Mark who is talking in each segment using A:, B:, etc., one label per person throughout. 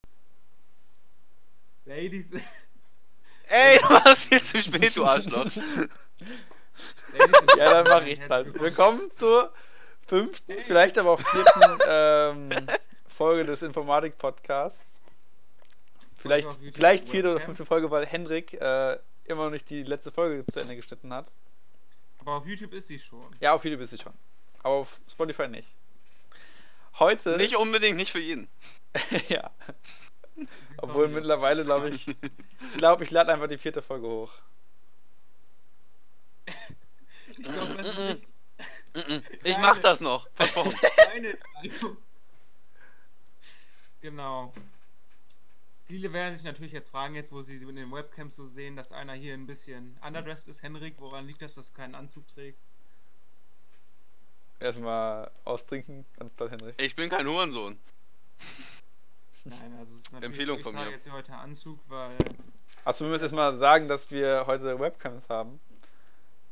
A: 80s.
B: Ey, du warst viel zu spät, du Arschloch.
C: Ja, dann mach ich's halt. Willkommen zur fünften, vielleicht aber auch vierten ähm, Folge des Informatik-Podcasts. Vielleicht,
A: auf YouTube,
C: vielleicht vierte oder
A: Webcams.
C: fünfte Folge, weil Hendrik äh, immer noch nicht die letzte Folge zu Ende geschnitten hat.
A: Aber auf YouTube ist sie schon.
C: Ja, auf YouTube ist sie schon. Aber auf Spotify nicht. Heute.
B: Nicht unbedingt, nicht für jeden.
C: ja.
A: Sie ist
C: Obwohl
A: auf YouTube.
C: mittlerweile, glaube ich, ich glaube, ich lade einfach die vierte Folge hoch.
A: Ich glaube, das ist nicht
B: Mhm. Ich mach das noch. Versprochen.
A: meine Entscheidung. Genau. Viele werden sich natürlich jetzt fragen, jetzt wo sie in den Webcams so sehen, dass einer hier ein bisschen underdressed ist. Henrik, woran liegt das, dass du keinen Anzug trägst?
C: Erstmal austrinken. Ganz toll, Henrik.
B: Ich bin kein Hurensohn.
A: Nein, also es ist natürlich
B: Empfehlung
A: ich
B: von
A: trage
B: mir.
A: jetzt hier heute Anzug, weil
C: Achso, wir müssen erstmal sagen, dass wir heute Webcams haben.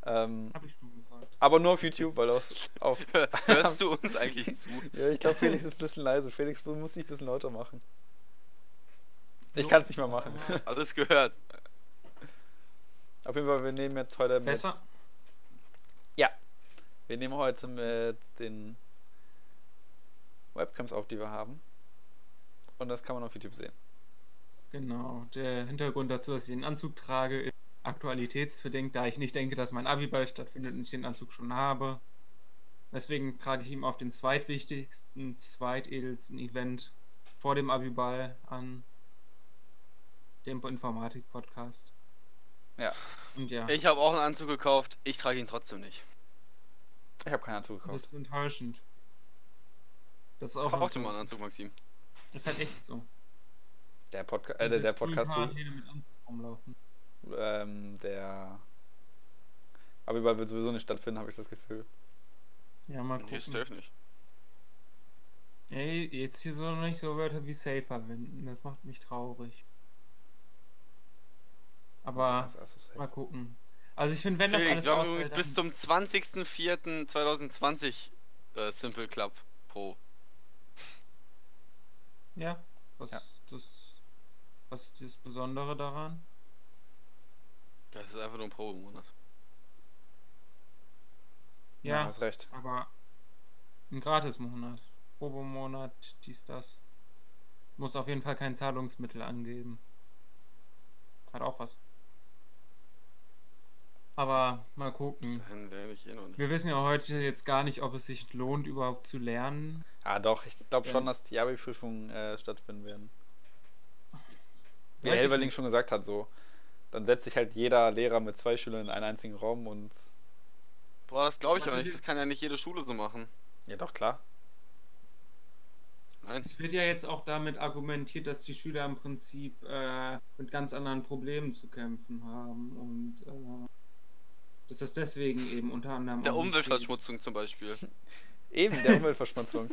C: Ähm,
A: habe ich schon gesagt.
C: aber nur auf YouTube, weil auf. auf
B: Hörst du uns eigentlich zu?
C: ja, ich glaube, Felix ist ein bisschen leise. Felix muss sich ein bisschen lauter machen. Ich kann es nicht mehr machen.
B: Alles gehört.
C: Auf jeden Fall, wir nehmen jetzt heute mit.
A: Besser?
C: Ja. Wir nehmen heute mit den Webcams auf, die wir haben. Und das kann man auf YouTube sehen.
A: Genau. Der Hintergrund dazu, dass ich den Anzug trage, ist aktualitätsbedingt, da ich nicht denke, dass mein Abiball stattfindet und ich den Anzug schon habe. Deswegen trage ich ihn auf den zweitwichtigsten, zweitedelsten Event vor dem Abiball an, dem Informatik-Podcast.
C: Ja.
A: Und ja,
B: Ich habe auch einen Anzug gekauft. Ich trage ihn trotzdem nicht.
C: Ich habe keinen Anzug
A: das ist
C: gekauft.
A: enttäuschend. Das ist auch
B: Kauf dir mal einen
A: enttäuschend.
B: Anzug, Maxim.
A: Das ist halt echt so.
C: Der, Podca äh, der, der Podcast,
A: Quarantäne mit Anzug rumlaufen.
C: ähm, der. Aber überall wird sowieso nicht stattfinden, habe ich das Gefühl.
A: Ja, mal
B: Nee,
A: gucken.
B: safe nicht.
A: Ey, jetzt hier so nicht so Wörter wie safe verwenden. Das macht mich traurig. Aber
C: Das ist also safe.
A: mal gucken. Also ich finde, wenn das
B: Felix,
A: alles
B: wir haben
A: ausfällt,
B: übrigens bis
A: dann-
B: zum 20.04.2020 äh, Simple Club Pro.
A: Ja, was
C: Ja.
A: das was ist das Besondere daran?
B: Das ist einfach nur ein Probemonat.
C: ja,
A: Ja,
B: also
C: hast recht.
A: aber ein Gratismonat, Probemonat, dies das. Muss auf jeden Fall kein Zahlungsmittel angeben. Hat auch was. Aber mal
B: Bis
A: gucken.
B: dahin werde ich eh noch nicht.
A: Wir wissen ja heute jetzt gar nicht, ob es sich lohnt, überhaupt zu lernen.
C: Ah, doch, ich glaube
A: Ja.
C: schon, dass die Abi-Prüfungen äh, stattfinden werden. Wie
A: Weiß ich
C: Helverling
A: nicht.
C: schon gesagt hat, so. Dann setzt sich halt jeder Lehrer mit zwei Schülern in einen einzigen Raum und.
B: Boah, das glaube ich
A: Was
B: aber
A: sind
B: nicht.
A: die-
B: Das kann ja nicht jede Schule so machen.
C: Ja, doch, klar.
B: Nein.
A: Es wird ja jetzt auch damit argumentiert, dass die Schüler im Prinzip äh, mit ganz anderen Problemen zu kämpfen haben und äh, dass das deswegen eben unter anderem.
B: Der
A: auch nicht
B: Umweltverschmutzung zum Beispiel.
C: Eben, der Umweltverschmutzung.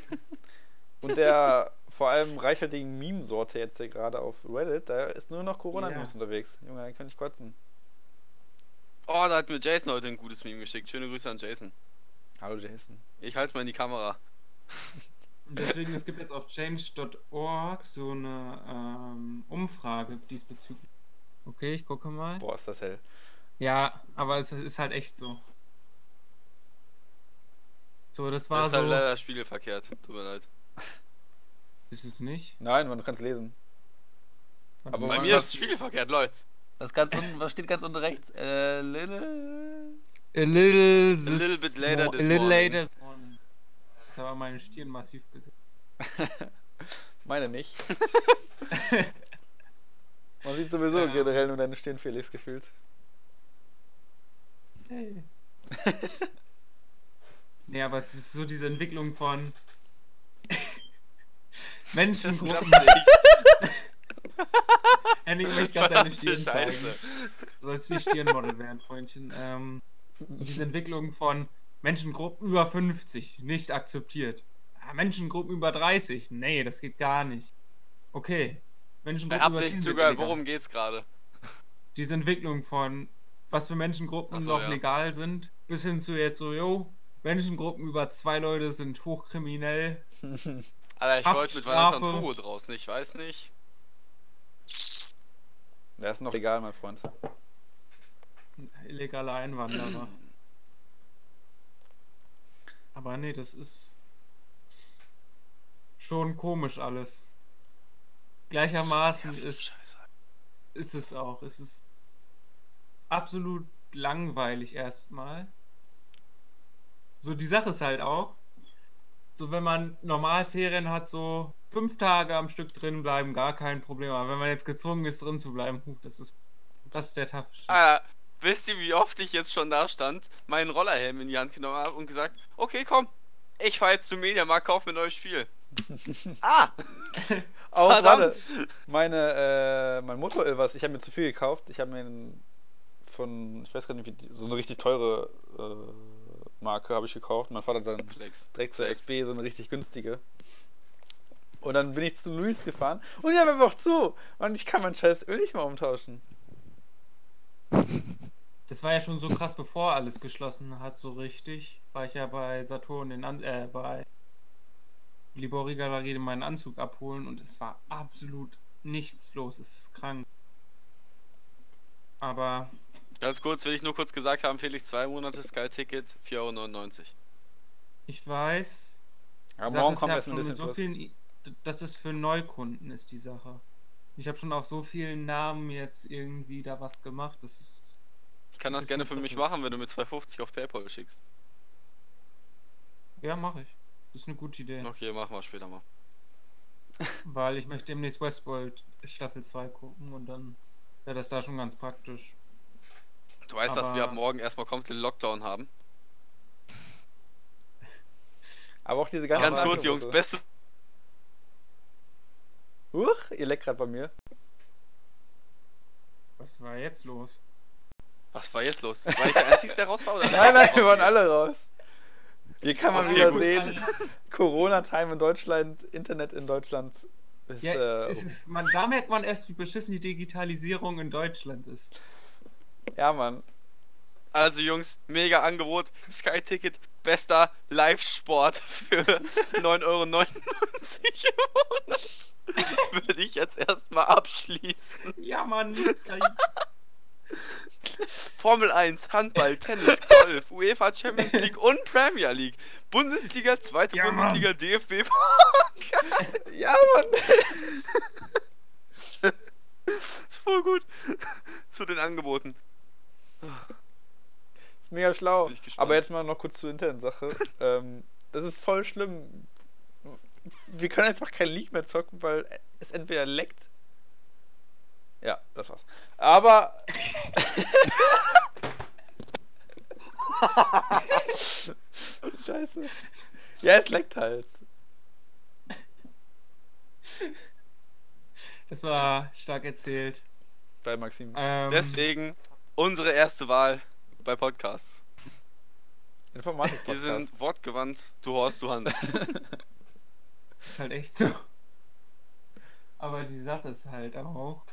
C: Und der vor allem reichhaltigen Meme-Sorte jetzt hier gerade auf Reddit, da ist nur noch Corona-Memes
A: Ja.
C: unterwegs. Junge, da kann ich kotzen.
B: Oh, da hat mir Jason heute ein gutes Meme geschickt. Schöne Grüße an Jason.
C: Hallo Jason.
B: Ich halte mal in die Kamera.
A: steht. Und deswegen, es gibt jetzt auf change.org so eine ähm, Umfrage diesbezüglich. Okay, ich gucke mal.
C: Boah, ist das hell.
A: Ja, aber es ist halt echt so. So, das war
B: das ist halt
A: so.
B: leider spiegelverkehrt. Tut mir leid.
A: Ist es nicht?
C: Nein, man kann es lesen.
A: Warte
C: Aber
A: mal.
B: Bei
C: was-
B: mir ist es spiegelverkehrt, lol.
C: Das ganz unten, was steht ganz unten rechts? Äh, little.
A: A little, this
B: little bit later
A: mor-
B: this
A: a little
B: morning.
A: later this morning. Jetzt aber meine Stirn massiv gesetzt.
C: Meine nicht. Man sieht sowieso
A: Ja.
C: generell nur deine Stirn, Felix, gefühlt.
A: Hey. nee, aber es ist so diese Entwicklung von
B: Das klappt
A: Menschengruppen.
B: nicht.
A: Henning möchte gerade seine
B: Verdammte
A: Stirn zeigen.
B: Scheiße.
A: Du sollst nicht Stirnmodel werden, Freundchen. Ähm, diese Entwicklung von Menschengruppen über 50 nicht akzeptiert. Ah, Menschengruppen über 30. Nee, das geht gar nicht. Okay. Menschengruppen
B: Hab
A: über
B: nicht
A: 10 sind
B: zugehört,
A: illegal.
B: worum geht's gerade?
A: diese Entwicklung von was für Menschengruppen
B: Ach so,
A: noch
B: ja.
A: legal sind, bis hin zu jetzt so, yo, Menschengruppen über zwei Leute sind hochkriminell.
B: Alter, ich wollte
A: Haftstrafe.
B: mit Vanessa und Hugo draußen. Ich weiß nicht.
C: Das ist noch legal, mein Freund.
A: Ein illegaler Einwanderer. Aber nee, das ist schon komisch alles. Gleichermaßen ist,
B: Scheiße.
A: ist es auch. Es ist absolut langweilig erstmal. So, die Sache ist halt auch, so wenn man normal Ferien hat, so fünf Tage am Stück drin bleiben, gar kein Problem. Aber wenn man jetzt gezwungen ist, drin zu bleiben, huh, das ist, das ist der taffe Shit.
B: Ah, wisst ihr, wie oft ich jetzt schon da stand, meinen Rollerhelm in die Hand genommen habe und gesagt, okay, komm, ich fahr jetzt zum Mediamarkt, kauf mir ein neues Spiel. ah!
C: Auch
B: Verdammt.
C: Ah, warte, meine, äh, mein Motor Ilvers, ich habe mir zu viel gekauft. Ich habe mir einen von, ich weiß gar nicht, wie die, so eine richtig teure äh, Marke habe ich gekauft. Mein Vater hat seinen
B: Flex.
C: direkt zur
B: Flex.
C: SB, so eine richtig günstige. Und dann bin ich zu Luis gefahren und die haben einfach zu. Und ich kann mein scheiß Öl nicht mehr umtauschen.
A: Das war ja schon so krass, bevor alles geschlossen hat, so richtig. War ich ja bei Saturn in An äh, bei Libori Galerie meinen Anzug abholen und es war absolut nichts los. Es ist krank. Aber
B: Ganz kurz will ich nur kurz gesagt haben, Felix, zwei Monate Sky-Ticket, 4,99 Euro.
A: ich weiß,
C: Aber
A: die Sache
C: morgen
A: ist, ich
C: kommt
A: hab
C: erst ein
A: schon
C: bisschen
A: mit so
C: plus.
A: vielen, I- d- Das ist für Neukunden, ist die Sache. Ich habe schon auf so vielen Namen jetzt irgendwie da was gemacht. Das ist.
B: Ich kann das
A: Bisschen
B: gerne für mich
A: verrückt.
B: machen, wenn du mir 2,50 auf Paypal schickst.
A: Ja, mache ich. Das ist eine gute Idee.
B: Okay, machen wir später mal.
A: Weil ich möchte demnächst Westworld Staffel 2 gucken und dann wäre das da schon ganz praktisch.
B: Du weißt, dass wir
A: Aber-
B: ab morgen erstmal komplett Lockdown haben.
C: Aber auch diese ganzen
B: Ganz
C: Sachen
B: kurz,
C: und
B: Jungs,
C: so.
B: beste.
C: Huch, ihr leckt gerade bei mir.
A: Was war jetzt los?
B: Was war jetzt los? War ich der Einzige, der raus war? Oder
C: Nein, nein, wir waren alle raus. Hier kann man
B: Okay,
C: wieder
B: gut.
C: sehen, Corona-Time in Deutschland, Internet in Deutschland ist.
A: Ja,
C: äh,
A: es ist, man, da merkt man erst, wie beschissen die Digitalisierung in Deutschland ist.
C: ja, Mann.
B: Also, Jungs, mega Angebot. Sky-Ticket, bester Live-Sport für 9,99 Euro im Monat. Würde ich jetzt erstmal abschließen.
A: Ja, Mann.
B: Formel 1, Handball, Tennis, Golf, UEFA Champions League und Premier League. Bundesliga, zweite
A: Ja, Mann.
B: Bundesliga, DFB.
C: Ja, Mann.
B: Ist voll gut. Zu den Angeboten.
C: Ist mega schlau.
B: Bin ich gespannt.
C: Aber jetzt mal noch kurz zur Internet-Sache. ähm, das ist voll schlimm. Wir können einfach kein League mehr zocken, weil es entweder leckt. Ja, das war's. Aber. Scheiße. Ja, es leckt halt.
A: Das war stark erzählt.
C: Bei Maxim.
A: Ähm,
B: Deswegen unsere erste Wahl bei Podcasts. Wir
C: Informatik-Podcast.
B: sind wortgewandt. Du Horst, du Hans.
A: Ist halt echt so. Aber die Sache ist halt auch,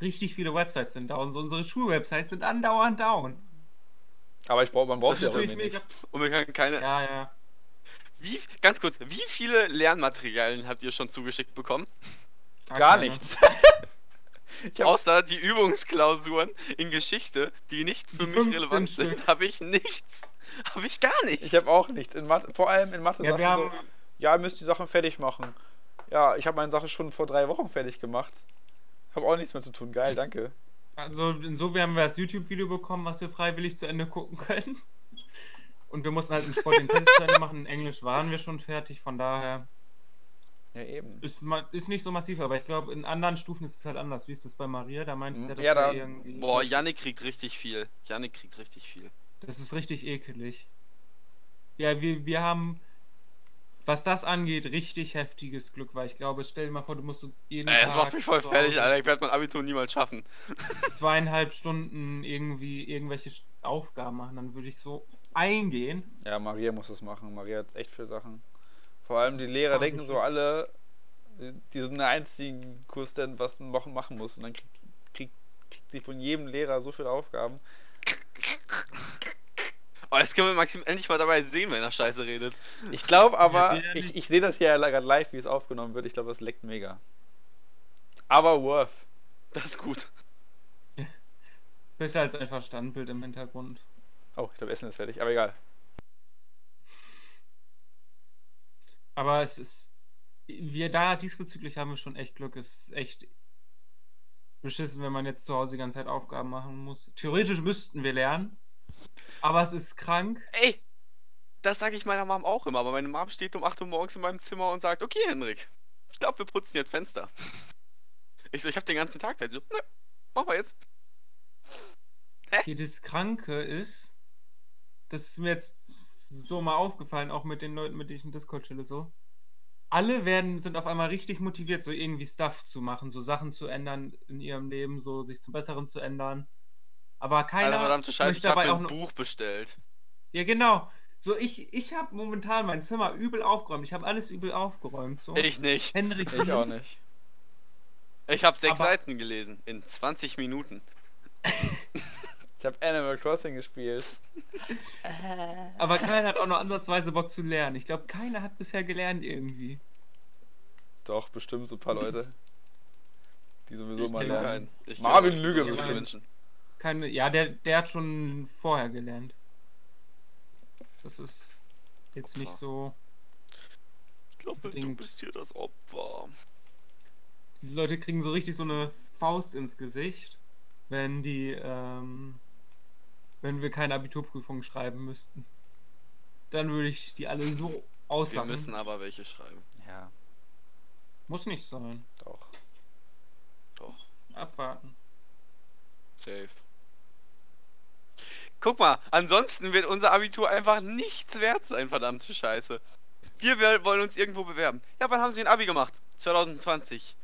A: richtig viele Websites sind down. So unsere Schulwebsites sind andauernd down.
C: Aber ich brauch, man braucht
B: Das
C: sie auch
B: tue
C: irgendwie nicht.
B: Und wir können keine.
A: Ja, ja.
B: Wie, ganz kurz, wie viele Lernmaterialien habt ihr schon zugeschickt bekommen?
C: Gar
B: ne?
A: keine.
C: nichts. ich hab,
B: Außer die Übungsklausuren in Geschichte, die nicht für mich
A: 15
B: relevant sind,
A: Stück.
B: habe ich nichts. Habe ich gar nichts.
C: ich hab auch nichts. In Mathe, vor allem in Mathe
A: Ja,
C: sagst
A: wir
C: du
A: haben,
C: so, ja, ihr müsst die Sachen fertig machen. Ja, ich habe meine Sache schon vor drei Wochen fertig gemacht. Hab auch nichts mehr zu tun. Geil, danke.
A: Also insofern haben wir das YouTube-Video bekommen, was wir freiwillig zu Ende gucken können. Und wir mussten halt einen Sport in Tennis zu Ende machen. In Englisch waren wir schon fertig, von daher
C: Ja, eben.
A: ist, ma- ist nicht so massiv, aber ich glaube, in anderen Stufen ist es halt anders. Wie ist das bei Maria? Da meinst du ja, dass
C: Ja,
A: wir
C: da-
A: irgendwie.
B: Boah, Yannick kriegt richtig viel. Yannick kriegt richtig viel.
A: Das ist richtig ekelig. Ja, wir, wir haben, was das angeht, richtig heftiges Glück, weil ich glaube, stell dir mal vor, du musst so jeden
B: Ey,
A: Tag
B: das macht mich voll
A: zu
B: fertig,
A: Hause
B: Alter. Ich werde mein Abitur niemals schaffen.
A: zweieinhalb Stunden irgendwie irgendwelche Sch- Aufgaben machen, dann würde ich so eingehen.
C: Ja, Maria muss das machen. Maria hat echt viele Sachen. Vor allem die
A: ist
C: Lehrer
A: traurig,
C: denken so
A: das-
C: alle, die sind der einzigen Kurs, der was Wochen machen muss. Und dann kriegt, kriegt, kriegt sie von jedem Lehrer so viele Aufgaben.
B: Aber Oh, jetzt können wir Maxim endlich mal dabei sehen, wenn er Scheiße redet.
C: Ich glaube aber,
A: Ja, wir
C: ich,
A: nicht.
C: ich sehe das hier ja gerade live, wie es aufgenommen wird. Ich glaube, das leckt mega. Aber worth.
B: Das ist gut.
A: Besser als einfach Standbild im Hintergrund.
C: Oh, ich glaube, Essen ist fertig, aber egal.
A: Aber es ist. Wir da diesbezüglich haben wir schon echt Glück. Es ist echt beschissen, wenn man jetzt zu Hause die ganze Zeit Aufgaben machen muss. Theoretisch müssten wir lernen. Aber es ist krank.
B: Ey, das sage ich meiner Mom auch immer, aber meine Mom steht um 8 Uhr morgens in meinem Zimmer und sagt, okay, Henrik, ich glaube, wir putzen jetzt Fenster. Ich so, ich habe den ganzen Tag Zeit. Ich so, nö, machen wir jetzt.
A: Hier das Kranke ist, das ist mir jetzt so mal aufgefallen, auch mit den Leuten, mit denen ich in Discord chille, so. Alle werden, sind auf einmal richtig motiviert, so irgendwie Stuff zu machen, so Sachen zu ändern in ihrem Leben, so sich zum Besseren zu ändern. Aber keiner
B: Alter, verdammte Scheiße, ich
A: möchte
B: habe
A: dabei
B: mir
A: auch
B: ein
A: nur-
B: Buch bestellt.
A: Ja, genau. So, ich, ich habe momentan mein Zimmer übel aufgeräumt. Ich habe alles übel aufgeräumt. So.
B: Ich nicht.
A: Henrik,
C: Ich auch nicht.
B: Ich habe sechs
A: Aber-
B: Seiten gelesen in 20 Minuten.
C: Ich habe Animal Crossing gespielt.
A: Aber keiner hat auch nur ansatzweise Bock zu lernen. Ich glaube, keiner hat bisher gelernt irgendwie.
C: Doch, bestimmt so ein paar
A: Das
C: Leute,
A: ist
C: die sowieso mal
B: kenn
C: lernen.
B: keinen. Ich
C: Marvin
B: kenn
C: Lüge
B: keine
A: bestimmt.
B: Menschen.
A: Keine, ja, der, der hat schon vorher gelernt. Das ist jetzt nicht so.
B: Ich glaube, du
A: Unbedingt.
B: bist hier das Opfer.
A: Diese Leute kriegen so richtig so eine Faust ins Gesicht, wenn die, ähm, wenn wir keine Abiturprüfung schreiben müssten. Dann würde ich die alle so
B: Wir
A: auslachen.
B: müssen aber welche schreiben.
C: Ja,
A: Muss nicht sein.
C: doch.
B: Doch,
A: Abwarten.
B: safe. Guck mal, ansonsten wird unser Abitur einfach nichts wert sein, verdammte Scheiße. Wir wel- wollen uns irgendwo bewerben. Ja, wann haben sie ein Abi gemacht? 2020.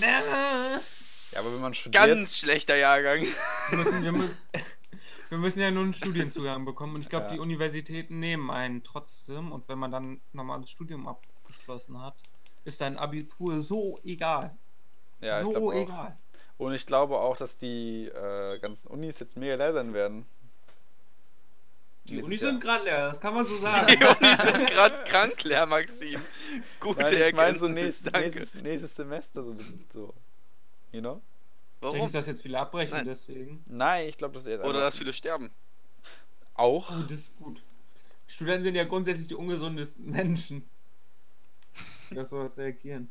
A: Na,
C: Ja, aber wenn man studiert.
B: Ganz schlechter Jahrgang.
A: wir, müssen, wir, müssen, wir müssen ja nur einen Studienzugang bekommen und ich glaube,
C: Ja.
A: die Universitäten nehmen einen trotzdem und wenn man dann ein normales Studium abgeschlossen hat, ist dein Abitur so egal.
C: ja, ich
A: so
C: glaube auch.
A: egal.
C: Und ich glaube auch, dass die äh, ganzen Unis jetzt mega leer sein werden.
A: Die
C: Nächstes
A: Unis
C: Jahr.
A: sind gerade leer, das kann man so
B: Die
A: sagen.
B: Unis sind gerade krank, Lehr Maxim. Gute
C: Nein, ich meine so
B: Erkenntnis,
C: nächstes, nächstes, nächstes Semester. So, so. You know?
B: Warum?
A: Denkst du, dass jetzt viele abbrechen
B: Nein.
A: deswegen?
C: Nein, ich glaube, das ist eher.
B: Oder dass viele sterben.
C: auch.
A: Oh, das ist gut. Studenten sind ja grundsätzlich die ungesundesten Menschen. Das soll das reagieren.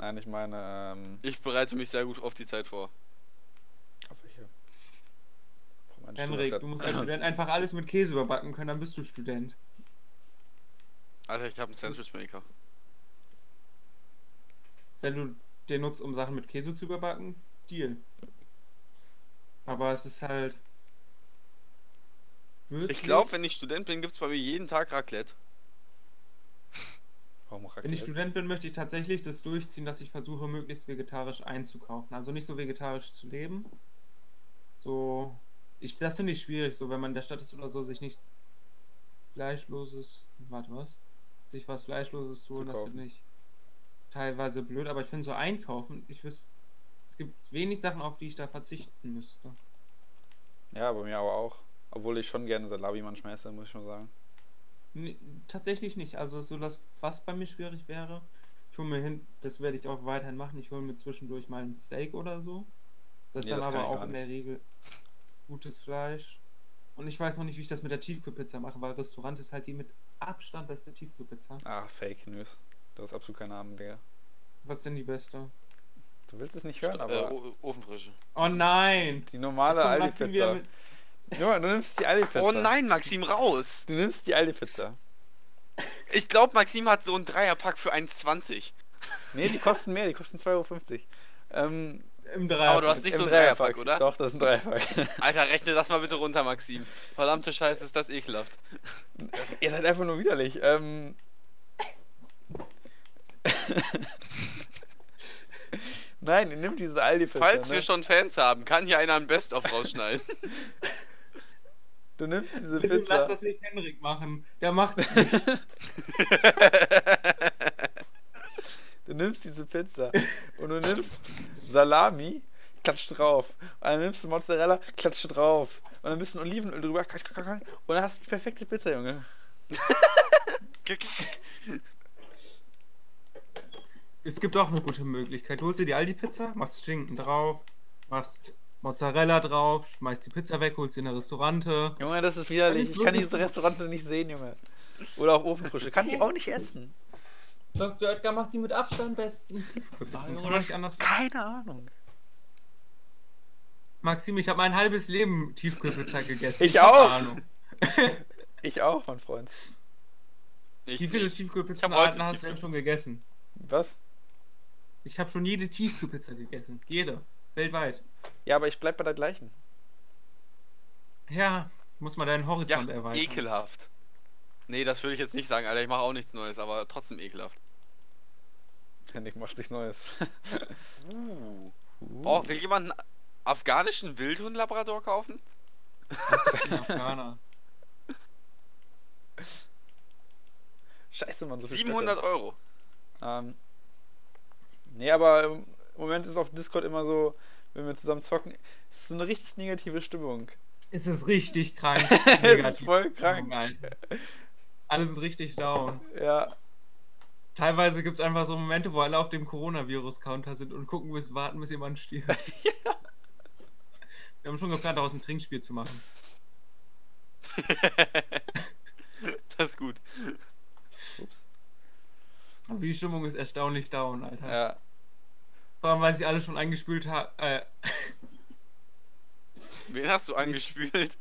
C: Nein, ich meine. Ähm,
B: Ich bereite mich sehr gut auf die Zeit vor.
C: auf welche? Boah, meine Stimme ist
A: Henrik,
C: grad-
A: du musst als Student einfach alles mit Käse überbacken können, dann bist du Student.
B: Alter, ich habe einen
A: Das ist-
B: Sandwich Maker.
A: Wenn du den nutzt, um Sachen mit Käse zu überbacken, Deal. Aber es ist halt. Wirklich?
B: Ich glaube, wenn ich Student bin, gibt's bei mir jeden Tag Raclette.
C: Warum
A: Wenn ich
C: Raclette?
A: Student bin, möchte ich tatsächlich das durchziehen, dass ich versuche, möglichst vegetarisch einzukaufen. Also nicht so vegetarisch zu leben. So. Ich, das finde ich schwierig, so wenn man in der Stadt ist oder so, sich nichts Fleischloses. Warte, was? Sich was Fleischloses zu
C: Zu
A: holen, das
C: kaufen.
A: finde ich teilweise blöd, aber ich finde so einkaufen, ich wüsste. Es gibt wenig Sachen, auf die ich da verzichten müsste.
C: Ja, bei mir aber auch. Obwohl ich schon gerne Salami manchmal esse, muss ich schon sagen.
A: Nee, tatsächlich nicht. Also so das, was bei mir schwierig wäre, ich hole mir hin, das werde ich auch weiterhin machen, ich hole mir zwischendurch mal ein Steak oder so. Das ist
C: Nee,
A: dann
C: das kann
A: aber
C: ich
A: auch
C: gar
A: in der Regel gutes Fleisch. Und ich weiß noch nicht, wie ich das mit der Tiefkühlpizza mache, weil Restaurant ist halt die mit Abstand beste Tiefkühlpizza.
C: Ach, Ah, Fake News. Du hast absolut keine Ahnung, Digga.
A: Was ist denn die beste?
C: Du willst es nicht hören,
B: äh,
C: aber.
B: O- Ofenfrische.
A: Oh nein!
C: Die
A: Jetzt
C: normale
A: kommt Maxim wieder
C: Aldi-Pizza.
A: mit-
C: Junge, du nimmst die Aldi-Pizza.
B: Oh nein, Maxim, raus!
C: Du nimmst die Aldi-Pizza.
B: Ich glaube, Maxim hat so einen Dreierpack für 1,20.
C: Nee, die kosten mehr, die kosten 2,50 Euro. Ähm,
A: Im Dreier.
B: Aber du hast nicht so einen Dreierpack, oder?
C: Doch, das ist ein Dreierpack.
B: Alter, rechne das mal bitte runter, Maxim. Verdammte Scheiße, ist das ekelhaft.
C: Ihr seid einfach nur widerlich. Ähm. Nein, ihr nimmt diese Aldi-Pizza.
B: Falls
C: ne?
B: wir schon Fans haben, kann hier einer ein Best-of rausschneiden.
C: Du nimmst diese
A: Bitte lass
C: Pizza.
A: das nicht Henrik machen. Der macht
C: Du nimmst diese Pizza und du nimmst Salami, klatscht drauf. Und dann nimmst du Mozzarella, klatscht drauf. Und dann ein bisschen Olivenöl drüber, klatsch, klatsch, klatsch. Und dann hast du die perfekte Pizza, Junge.
A: Es gibt auch eine gute Möglichkeit. Du holst dir die Aldi-Pizza, machst Schinken drauf, machst Mozzarella drauf, schmeißt die Pizza weg, holst sie in der Restaurante.
C: Junge, das ist widerlich.
A: Alles
C: Ich kann
A: so-
C: dieses Restaurant nicht sehen, Junge. Oder auch Ofenfrische. Kann ich auch nicht essen.
A: Dr. Oetker macht die mit Abstand besten. Oder ich anders.
C: Keine Ahnung.
A: Maxim, ich habe mein halbes Leben Tiefkühlpizza gegessen.
C: Ich
A: hab
C: auch.
A: Ahnung.
C: Ich auch, mein Freund.
B: Ich,
A: Wie viele
B: ich, Ich hab
A: Tiefkühlpizzenarten
B: heute
A: hast du denn schon
B: Tiefkühlpizza.
A: gegessen?
C: Was?
A: Ich habe schon jede Tiefkühlpizza gegessen. Jede. Weltweit.
C: Ja, aber ich bleib bei der gleichen.
A: Ja, muss man deinen
B: ja,
A: Horizont erweitern.
B: ekelhaft. Nee, das würde ich jetzt nicht sagen, Alter. Ich mache auch nichts Neues, aber trotzdem ekelhaft.
C: Henrik macht sich Neues.
B: Uh. Oh, will jemand einen afghanischen Wildhund-Labrador kaufen?
A: Afghaner.
C: Scheiße, Mann. So viel
B: 700 Euro.
C: Ähm, nee, aber im Moment ist auf Discord immer so, wenn wir zusammen zocken, ist so eine richtig negative Stimmung.
A: Es ist richtig krank.
C: ist voll
A: Stimmung,
C: krank.
A: Alter. Alle sind richtig down.
C: Ja,
A: Teilweise gibt es einfach so Momente, wo alle auf dem Coronavirus-Counter sind und gucken bis warten, bis jemand stirbt. Wir haben schon geplant, daraus ein Trinkspiel zu machen.
B: Das ist gut.
C: ups.
A: Aber die Stimmung ist erstaunlich down, Alter.
C: Ja,
A: Vor allem, weil sie alle schon eingespült haben. Äh,
B: Wen hast du angespült?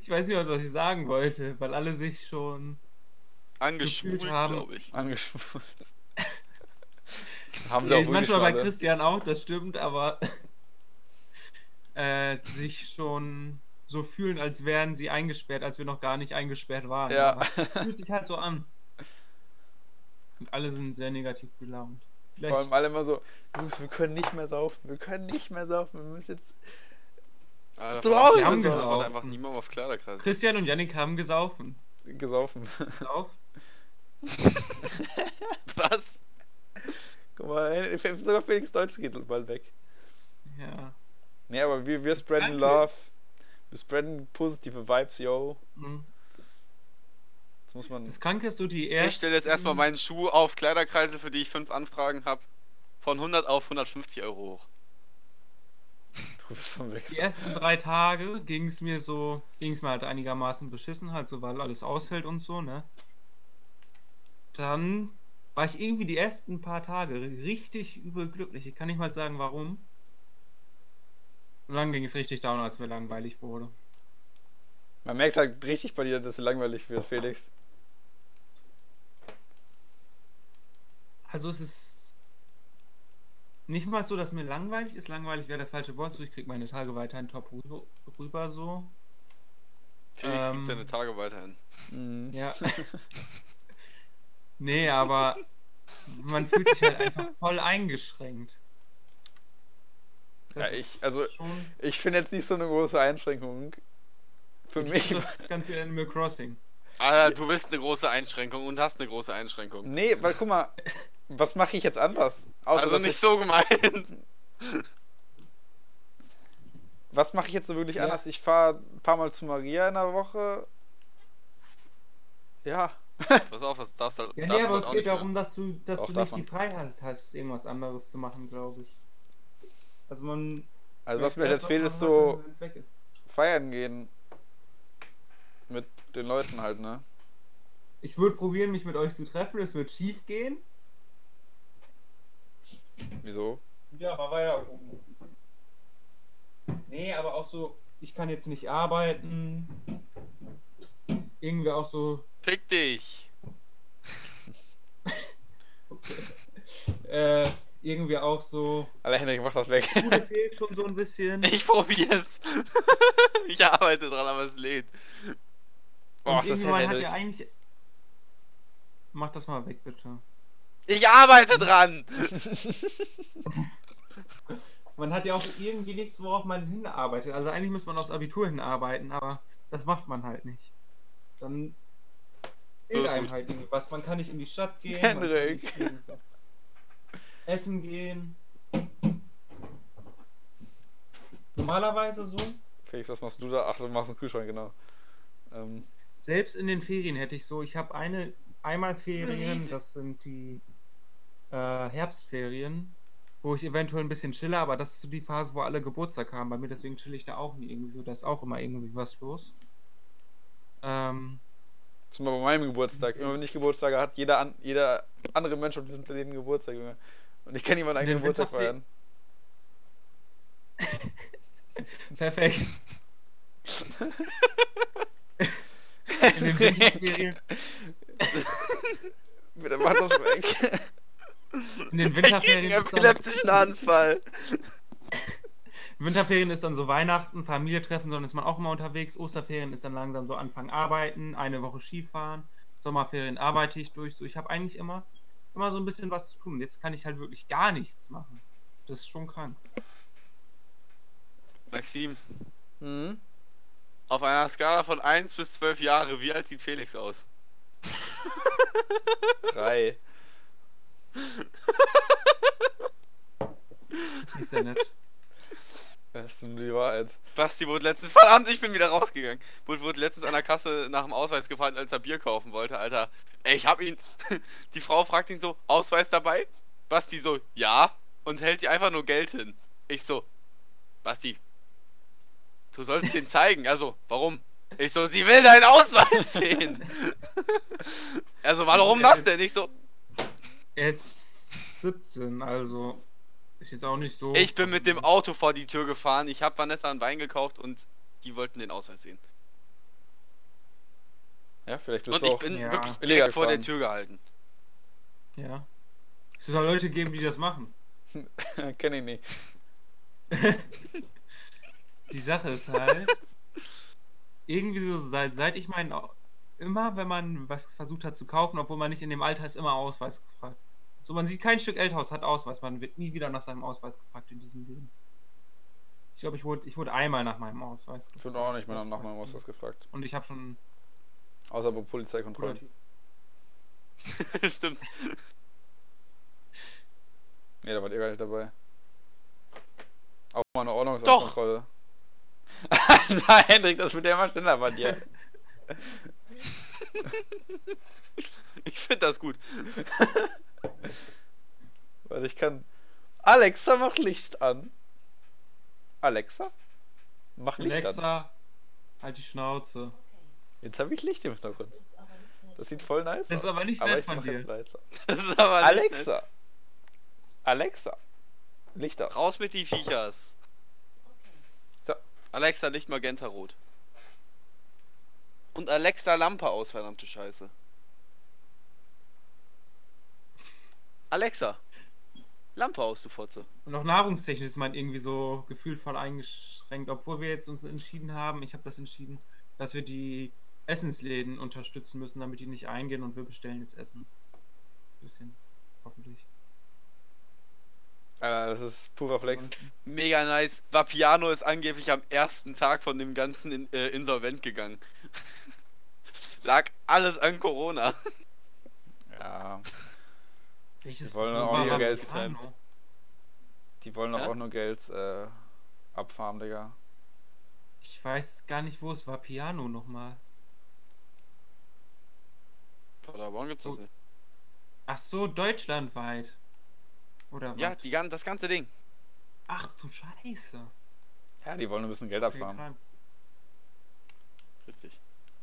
A: ich weiß nicht, was ich sagen wollte, weil alle sich schon.
B: Angespült,
A: Gefühlt haben.
B: glaube ich.
C: angeschwult. Haben sie
A: Ja,
C: auch wirklich
A: Äh, manchmal bei
C: alle.
A: Christian auch, das stimmt, aber äh, sich schon so fühlen, als wären sie eingesperrt, als wir noch gar nicht eingesperrt waren.
C: Ja.
A: Aber Fühlt sich halt so an. Und alle sind sehr negativ gelaunt.
C: Vor
A: Vielleicht
C: allem alle immer so, Jungs, wir können nicht mehr saufen, wir können nicht mehr saufen, wir müssen jetzt.
B: Alter,
C: Zu
B: verdammt,
C: Hause
B: ich hab
A: haben
B: gesagt,
A: gesaufen.
B: einfach niemand auf Kleiderkreis.
A: Christian und Yannick haben gesaufen.
C: Gesaufen.
A: Sauf?
B: Was?
C: Guck mal, Hen- sogar Felix Deutsch geht bald weg.
A: Ja.
C: Nee, aber wir, wir
A: Danke.
C: spreaden Love. Wir spreaden positive Vibes, yo.
A: Mhm.
C: Jetzt muss man.
A: Das Kranke ist so die erste.
B: Ich stelle jetzt
A: Mhm.
B: erstmal meinen Schuh auf Kleiderkreise, für die ich fünf Anfragen habe, von 100 auf 150 Euro hoch.
C: Du bist am
A: Die
C: Wechsel.
A: ersten drei Tage ging es mir so, ging es mir halt einigermaßen beschissen, halt so, weil alles ausfällt und so, ne? Dann war ich irgendwie die ersten paar Tage richtig übel glücklich. Ich kann nicht mal sagen, warum. Und dann ging es richtig down, als mir langweilig wurde.
C: Man merkt halt richtig bei dir, dass es langweilig wird, Felix.
A: Also es ist nicht mal so, dass mir langweilig ist. Langweilig wäre das falsche Wort, so ich kriege meine Tage weiterhin top rü- rüber so.
B: Felix
A: Ähm.
B: kriegt seine Tage weiterhin.
A: Ja. nee, aber man fühlt sich halt einfach voll eingeschränkt.
C: Ja, ich- also,
A: ist schon
C: Ich finde jetzt nicht so eine große Einschränkung. Für mich.
A: ganz wie Animal Crossing.
B: Alter, Ah, du bist eine große Einschränkung und hast eine große Einschränkung.
C: Nee, weil guck mal, was mache ich jetzt anders? Außer,
B: Also
C: dass
B: nicht
C: ich,
B: so gemeint.
C: was mache ich jetzt so wirklich
A: Ja.
C: anders? Ich fahre ein paar Mal zu Maria in der Woche. Ja.
B: Pass auf, das darfst du
A: Ja,
B: darfst
A: nee,
B: du
A: aber
B: halt
A: es
B: auch
A: geht
B: nicht mehr.
A: darum, dass du, dass
C: Doch,
A: du
C: ne? darf
A: nicht die Freiheit hast, irgendwas anderes zu machen, glaube ich. Also man.
C: Also was mir
A: das,
C: jetzt fehlt,
A: man
C: ist
A: macht,
C: so
A: wenn's weg ist.
C: feiern gehen. Mit den Leuten halt, ne?
A: Ich würde probieren, mich mit euch zu treffen, es wird schief gehen.
C: Wieso?
A: Ja, mal weiter gucken. Nee, aber auch so, ich kann jetzt nicht arbeiten. Irgendwie auch so,
B: Fick dich.
A: äh, irgendwie auch so.
C: Alter, Henrik, mach das weg.
A: Schule fehlt schon so ein bisschen.
B: Ich probier's. ich arbeite dran, aber es lädt.
C: Boah,
A: Und
C: Oh, was ist
A: irgendwie
C: denn
A: man hat
C: Henrik?
A: ja eigentlich. Mach das mal weg, bitte.
B: Ich arbeite dran.
A: Man hat ja auch irgendwie nichts, worauf man hinarbeitet. Also eigentlich muss man aufs Abitur hinarbeiten, aber das macht man halt nicht. Dann fehlt
B: ist
A: einem
B: gut.
A: halt irgendwie was. Man kann nicht in die Stadt gehen. man kann
C: Henrik.
A: nicht irgendwie Essen gehen. Normalerweise so.
C: Felix, was machst du da? Ach, du machst einen Kühlschrank, genau. Ähm,
A: Selbst in den Ferien hätte ich so, ich habe eine einmal Ferien, das sind die äh, Herbstferien. wo ich eventuell ein bisschen chille, aber das ist so die Phase, wo alle Geburtstag haben bei mir, deswegen chill ich da auch nie irgendwie so, da ist auch immer irgendwie was los. Ähm,
C: Zum Beispiel bei meinem Geburtstag. Immer wenn ich Geburtstag hat, jeder, an, jeder andere Mensch auf diesem Planeten Geburtstag, Junge. Und ich kann niemanden eigenen
A: Den
C: Geburtstag
A: Winterfee-
C: feiern.
A: perfekt. In den Winterferien,
C: Bitte mach das weg.
A: in den
B: Gegen
A: Winterferien, ist dann,
B: epileptischen Anfall.
A: Winterferien ist dann so Weihnachten, Familie treffen, sondern ist man auch immer unterwegs. Osterferien ist dann langsam so Anfang arbeiten, eine Woche Skifahren, Sommerferien arbeite ich durch. So, ich habe eigentlich immer, immer so ein bisschen was zu tun. Jetzt kann ich halt wirklich gar nichts machen. Das ist schon krank.
B: Maxim,
C: Hm?
B: auf einer Skala von 1 bis 12 Jahre, wie alt sieht Felix aus?
C: Drei.
A: Das ist ja nett.
C: Das ist nur die Wahrheit.
B: Basti wurde letztens, verdammt, ich bin wieder rausgegangen. Wurde, wurde letztens an der Kasse nach dem Ausweis gefragt, als er Bier kaufen wollte, Alter. Ey, ich hab ihn. Die Frau fragt ihn so, Ausweis dabei? Basti so, ja. Und hält ihr einfach nur Geld hin. Ich so, Basti, du sollst den zeigen. Also, warum? Ich so, sie will deinen Ausweis sehen. also, warum das denn? Ich so,
A: Er ist 17, also ist jetzt auch nicht so.
B: ich bin mit dem Auto vor die Tür gefahren. Ich hab Vanessa einen Wein gekauft und die wollten den Ausweis sehen.
C: Ja, vielleicht bist
B: Und
C: du
B: ich
C: auch.
B: bin
A: Ja.
B: wirklich
C: Illegal
B: direkt vor der Tür
C: gefahren.
B: gehalten.
A: Ja. Es soll Leute geben, die das machen.
C: Kenn ich nicht.
A: Die Sache ist halt, irgendwie so, seit, seit ich meinen, Au- immer wenn man was versucht hat zu kaufen, obwohl man nicht in dem Alter ist, immer Ausweis gefragt. So, man sieht kein Stück Elthaus, hat Ausweis. Man wird nie wieder nach seinem Ausweis gefragt in diesem Leben. Ich glaube, ich wurde, ich wurde einmal nach meinem Ausweis gefragt.
C: Ich bin auch nicht mal nach meinem Ausweis gefragt.
A: Und ich habe schon.
C: Außer bei Polizeikontrollen.
B: Stimmt.
C: Nee, da wart ihr gar nicht dabei. Auch mal eine Ordnungsaufkontrolle. Alter, Hendrik, das wird ja immer schneller bei dir.
B: Ich finde das gut.
C: Warte, ich kann. Alexa, mach Licht an. Alexa? Mach Licht an.
A: Alexa, halt die Schnauze.
C: Jetzt habe ich Licht im Hintergrund. Das sieht voll nice aus.
A: Das ist aber nicht nett
C: ich
A: von
C: mach
A: dir.
C: jetzt leiser.
B: Das ist aber nicht nett.
C: Alexa! Alexa! Licht aus.
B: Raus mit die Viechers.
C: So.
B: Alexa, Licht Magenta Rot. Und Alexa, Lampe aus, verdammte Scheiße. Alexa, Lampe aus, du Fotze.
A: Und auch nahrungstechnisch ist man irgendwie so gefühlt voll eingeschränkt, obwohl wir jetzt uns entschieden haben, ich habe das entschieden, dass wir die Essensläden unterstützen müssen, damit die nicht eingehen und wir bestellen jetzt Essen. Bisschen, hoffentlich.
C: Alter, Ah, das ist purer Flex.
B: Mega nice. Vapiano ist angeblich am ersten Tag von dem Ganzen in, äh, insolvent gegangen. Lag alles an Corona.
C: Ja,
A: Welches
C: Wir wollen
A: Gefühl
C: auch
A: war
C: ihr
A: man
C: Geld
A: mit
B: zahlen.
A: Arno?
C: die wollen doch
B: Ja?
C: auch nur Geld äh, abfarmen, Digga.
A: Ich weiß gar nicht, wo es war. Piano nochmal.
B: Paderborn gibt's
A: das nicht. Ach so, deutschlandweit. Oder was?
B: Ja, die, gan- das ganze Ding.
A: Ach du Scheiße.
C: Ja, die wollen ein bisschen Geld
A: Okay,
C: abfarmen.
A: krank.
B: Richtig.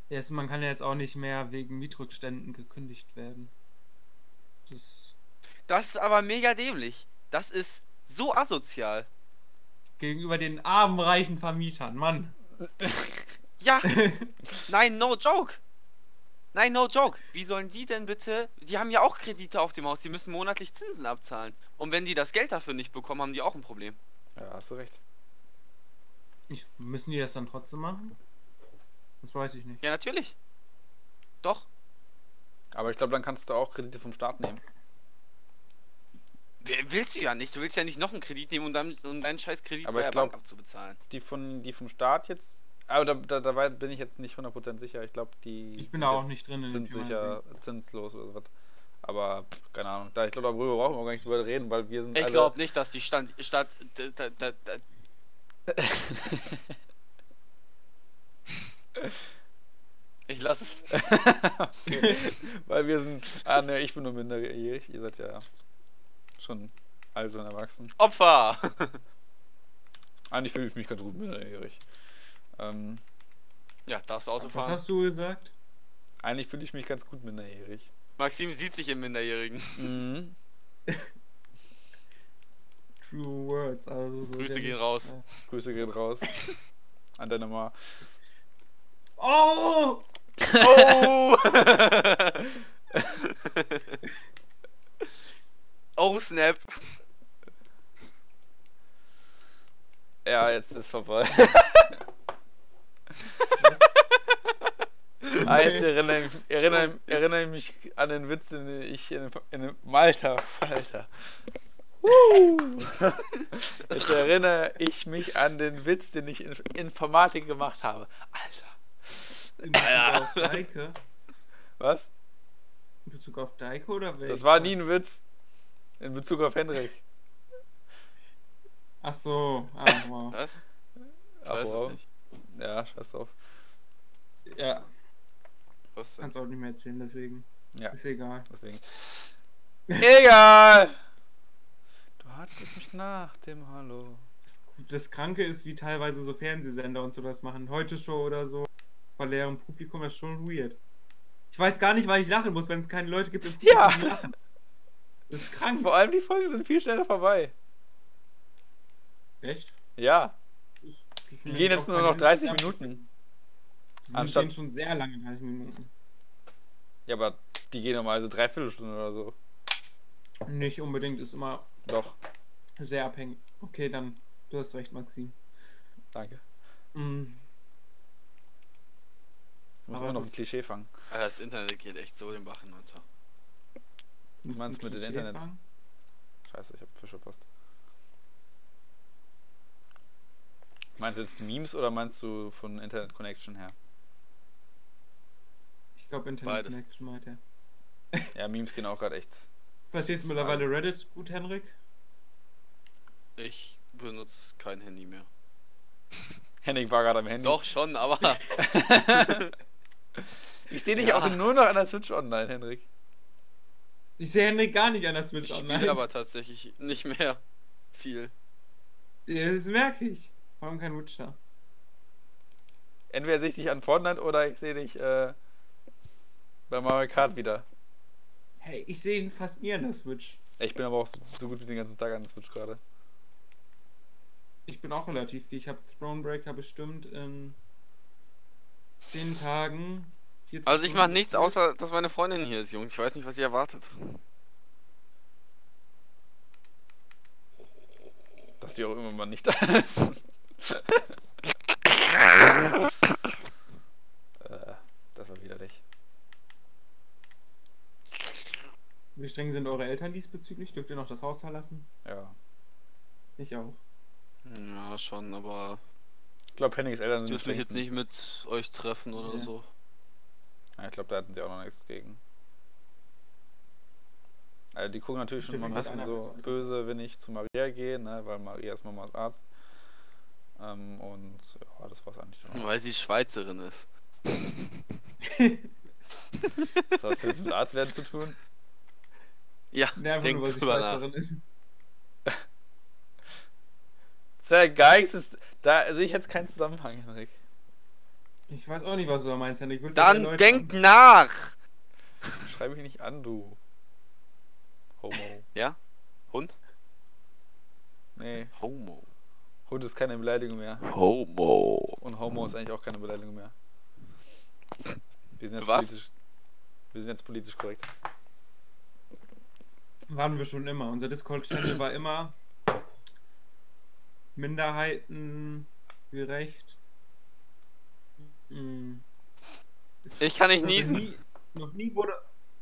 A: Ja, es- man kann ja jetzt auch nicht mehr wegen Mietrückständen gekündigt werden. Das
B: Das ist aber mega dämlich. Das ist so asozial.
A: gegenüber den armen, reichen Vermietern. Mann.
B: Ja, nein, no joke. Nein, no joke. Wie sollen die denn bitte? Die haben ja auch Kredite auf dem Haus. Die müssen monatlich Zinsen abzahlen. Und wenn die das Geld dafür nicht bekommen, haben die auch ein Problem.
C: Ja, hast du recht.
A: Ich, müssen die das dann trotzdem machen? Das weiß ich nicht.
B: Ja, natürlich. Doch.
C: Aber ich glaube, dann kannst du auch Kredite vom Staat nehmen.
B: Wer- Willst du ja nicht. Du willst ja nicht noch einen Kredit nehmen, um, dann, um deinen scheiß Kredit
C: Aber ich
B: der Bank
C: glaub-
B: abzubezahlen.
C: Die, von, die vom Staat jetzt. Aber da, da, dabei bin ich jetzt nicht 100% sicher. Ich glaube, die
A: Ich bin
C: sind
A: da auch
C: jetzt
A: nicht drin in dem
C: zinssicher, zinslos oder sowas. Aber pff, keine Ahnung. Da, ich glaube, darüber brauchen wir gar nicht drüber reden, weil wir sind
B: Ich
C: alle.
B: glaube nicht, dass die Stand, Stadt. Da, da, da, da, ich lasse es.
C: Weil wir sind. Ah, ne, ich bin nur minderjährig. Ihr seid ja schon Also ein Erwachsen.
B: Opfer!
C: Eigentlich fühle ich mich ganz gut minderjährig. Ähm,
B: ja, darfst du Auto
A: Was
B: fahren.
A: hast du gesagt?
C: eigentlich fühle ich mich ganz gut minderjährig.
B: Maxim sieht sich im Minderjährigen.
C: Mhm.
A: True Words, also so.
B: Grüße
A: der-
B: gehen raus.
C: Grüße gehen raus an deine Mama.
A: Oh!
B: Oh! oh, snap.
C: Ja, jetzt ist vorbei. ah, jetzt erinnere, ich- erinnere, erinnere ich mich an den Witz, den ich in, in Malta, Malta. Jetzt erinnere ich mich an den Witz, den ich in Informatik gemacht habe. Alter.
A: In Bezug auf Deike?
C: Was?
A: In Bezug auf Deike oder welche?
C: Das war nie ein Witz in Bezug auf Henrik.
A: Ach so. Ah, wow.
B: Was? Ich
C: Ach,
B: weiß
C: wow.
B: es nicht.
C: Ja, scheiß drauf.
A: Ja,
B: Was denn?
A: kannst auch nicht mehr erzählen, deswegen.
C: Ja.
A: Ist egal.
C: Deswegen. Egal! Du hattest mich nach dem Hallo.
A: Das, das Kranke ist, wie teilweise so Fernsehsender und so das machen. Heute Show oder so. Vor leerem Publikum das ist schon weird. Ich weiß gar nicht, weil ich lachen muss, wenn es keine Leute gibt im Publikum,
C: Ja.
A: die lachen. Das ist krank.
C: Vor allem die Folgen sind viel schneller vorbei.
A: Echt?
C: Ja,
A: Die
C: die gehen jetzt nur noch 30 Minuten.
A: Die
C: Anstatt-
A: gehen schon sehr lange 30 Minuten.
C: Ja, aber die gehen normal so dreiviertel Stunde oder so.
A: Nicht unbedingt, ist immer
C: Doch,
A: sehr abhängig. Okay, dann, du hast recht, Maxim.
C: danke.
A: Mm,
C: Ich muss
A: Aber
C: immer noch
A: es
C: ein
A: ist-
C: Klischee fangen.
B: Alter, Ah, das Internet geht echt so den Bach hinunter.
A: du musst
C: meinst
A: ein
C: mit den
A: Klischee
C: Internets?
A: fangen?
C: Scheiße, ich hab Fisch verpasst. Meinst du jetzt Memes oder meinst du von Internet Connection her?
A: Ich glaube, Internet
B: Beides.
A: Connection meint er.
C: Ja, Memes gehen auch gerade echt.
A: Verstehst du
C: Style.
A: mittlerweile Reddit gut, Henrik?
B: Ich benutze kein Handy mehr.
C: Henning war gerade am Handy.
B: Doch schon, aber
C: Ich sehe dich
B: Ja.
C: auch nur noch an der Switch online, Henrik.
A: Ich sehe Henrik gar nicht an der Switch
B: ich
A: online.
B: spiele aber tatsächlich nicht mehr viel.
A: Ja, Das merke ich. Warum kein Witcher?
C: Entweder sehe ich dich an Fortnite oder ich sehe dich äh, bei Mario Kart wieder.
A: Hey, ich sehe ihn fast nie an der Switch.
C: Ich bin aber auch so, so gut wie den ganzen Tag an der Switch gerade.
A: Ich bin auch relativ viel. Ich habe Thronebreaker bestimmt in 10 Tagen. 14
B: Also ich mache
A: Stunden
B: nichts
A: gespielt.
B: außer, dass meine Freundin hier ist, Jungs. Ich weiß nicht, was ihr erwartet.
C: Dass sie auch immer mal nicht da ist. äh, das war widerlich.
A: Wie streng sind eure Eltern diesbezüglich? Dürft ihr noch das Haus verlassen?
C: Ja.
A: Ich auch.
B: Ja, schon, aber
C: Ich glaube, Hennings
B: ich
C: Eltern sind die
B: dürfte mich jetzt
C: strengsten.
B: nicht mit euch treffen oder
A: Ja.
B: so.
C: Ja, ich glaube, da hatten sie auch noch nichts gegen. Also die gucken natürlich schon mal ein
A: Dürfen
C: bisschen
A: halt einer
C: so
A: mit.
C: böse, wenn ich zu Maria gehe, ne? weil Maria ist Mamas Arzt. Ähm, und ja, das war's eigentlich schon.
B: Weil sie Schweizerin ist.
C: Was hat das jetzt mit Arzt werden zu tun?
B: Ja,
A: Nervig,
B: denk
A: weil sie
B: drüber nach.
A: Schweizerin ist.
C: Sehr geil, es ist, da sehe ich jetzt keinen Zusammenhang, Henrik.
A: Ich weiß auch nicht, was du da meinst, Henrik. Willst du alle
B: Dann
A: Leute
B: denk nach!
C: Schreibe ich nicht an, du. Homo.
B: Ja? Hund?
C: Nee,
B: Homo.
C: Hund ist keine Beleidigung mehr.
B: Homo.
C: Und Homo ist eigentlich auch keine Beleidigung mehr. Wir sind jetzt,
B: Was?
C: Politisch, wir sind jetzt politisch korrekt.
A: an- Waren wir schon immer. Unser Discord-Channel war immer minderheitengerecht. Mm.
B: Ich kann nicht
A: Noch
B: niesen.
A: nie- Noch nie wurde.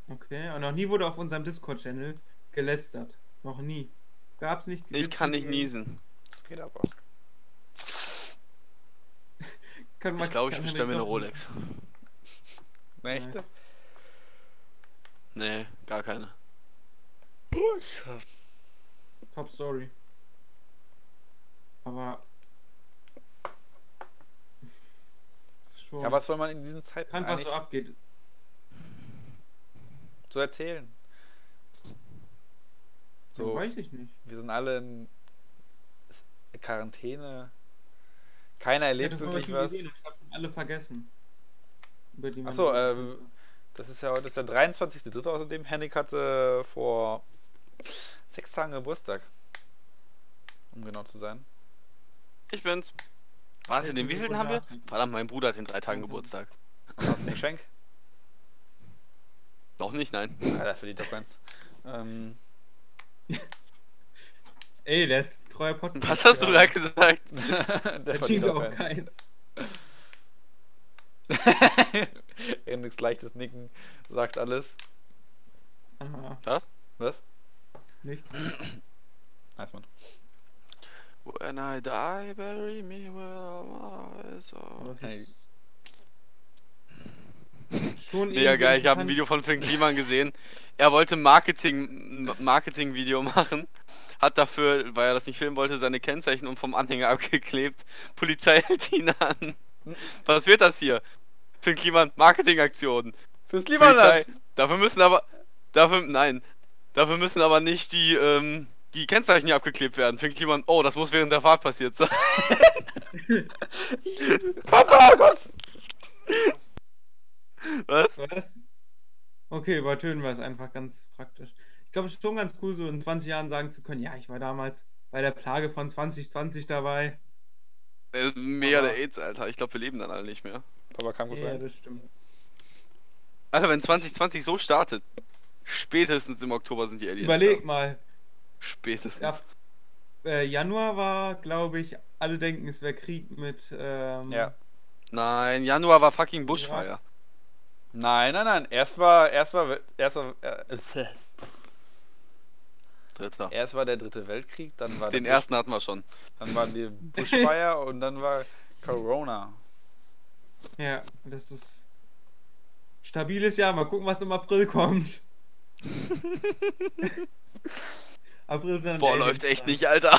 A: Okay, und noch nie wurde auf unserem Discord-Channel gelästert. Noch nie. Gab's nicht.
B: Ich
A: gibt's
B: kann nicht niesen.
C: Das geht aber.
A: Kann
B: Ich
A: Max-
B: glaube, ich
A: kann
B: bestelle mir eine
A: Henrik doch-
B: Rolex.
C: Echt?
A: Nice.
B: Nee, gar keine.
A: Top Story. Aber. Ist Schon
C: Ja, was soll man in diesen Zeiten
A: krank, was
C: eigentlich
A: so abgeht.
C: so erzählen?
A: So.
C: So,
A: Weiß ich nicht.
C: wir sind alle in Quarantäne. Keiner erlebt
A: vorher
C: wirklich
A: viel
C: was.
A: gesehen, aber Ich habe schon alle vergessen. Über die man-
C: Ach so, äh, das ist ja heute ist der 23.3. außerdem. Henrik hatte äh, vor sechs Tagen Geburtstag. Um genau zu sein.
B: Ich bin's. Warte,
A: Jetzt
B: den
A: sind wir
B: wievielten haben wir?
A: Wundertag.
B: Verdammt, mein Bruder hat in drei Tagen
A: Wahnsinn.
B: Geburtstag.
C: Und hast du ein Geschenk?
B: Noch nicht, nein.
C: Alter, für die Top 1. Ähm,
A: Ey, der ist treuer Podcast.
B: Was hast du
C: Ja.
B: gerade gesagt?
C: der
A: Der
C: für die
A: klingt
C: Top
A: auch
C: 1.
A: keins.
C: Henriks leichtes Nicken sagt alles.
A: Aha,
B: Was?
C: Was?
A: Ah, nichts.
C: Nice, Mann.
B: When I die, bury me with my soul.
A: Das
C: Hey.
A: ist Schon
B: Mega
A: irgendwie
B: geil, ich habe
A: interessant.
B: ein Video von Finn Kliman gesehen. Er wollte ein Marketing, ein Marketing-Video machen, hat dafür, weil er das nicht filmen wollte, seine Kennzeichen und vom Anhänger abgeklebt. Polizei hält ihn an. Was wird das hier? Finn Kliman, Marketingaktion.
C: Fürs
B: Polizei.
C: Lieberland!
B: Dafür müssen aber. Dafür. Nein. Dafür müssen aber nicht die, ähm, die Kennzeichen hier abgeklebt werden. Finn Kliman, oh, das muss während der Fahrt passiert sein.
C: Papa, Oh Gott!
B: Was?
A: Was? Okay, übertönen wir es einfach ganz praktisch. Ich glaube, es ist schon ganz cool, so in 20 Jahren sagen zu können, ja, ich war damals bei der Plage von 2020 dabei.
B: Äh, Mega
A: Aber-
B: der AIDS, Alter. Ich glaube, wir leben dann alle nicht mehr.
C: Papa kam kurz
A: Ja,
C: rein.
A: das stimmt.
B: Alter, wenn 2020 so startet, spätestens im Oktober sind die Aliens.
A: Überleg
B: da.
A: mal.
B: Spätestens.
A: Ja, äh, Januar war, glaube ich, alle denken, es wäre Krieg mit. Ähm,
C: Ja.
B: Nein, Januar war fucking Bushfire.
C: Nein, nein, nein. Erst war, erst war, erst war, äh,
B: Dritter.
C: erst war der dritte Weltkrieg, dann war
B: Den
C: der
B: ersten hatten wir schon.
C: Dann waren die Bushfire und dann war Corona.
A: Ja, das ist. Stabiles Jahr. Mal gucken, was im April kommt. April sind dann
B: Boah,
A: Aliens
B: läuft echt
A: da.
B: nicht, Alter.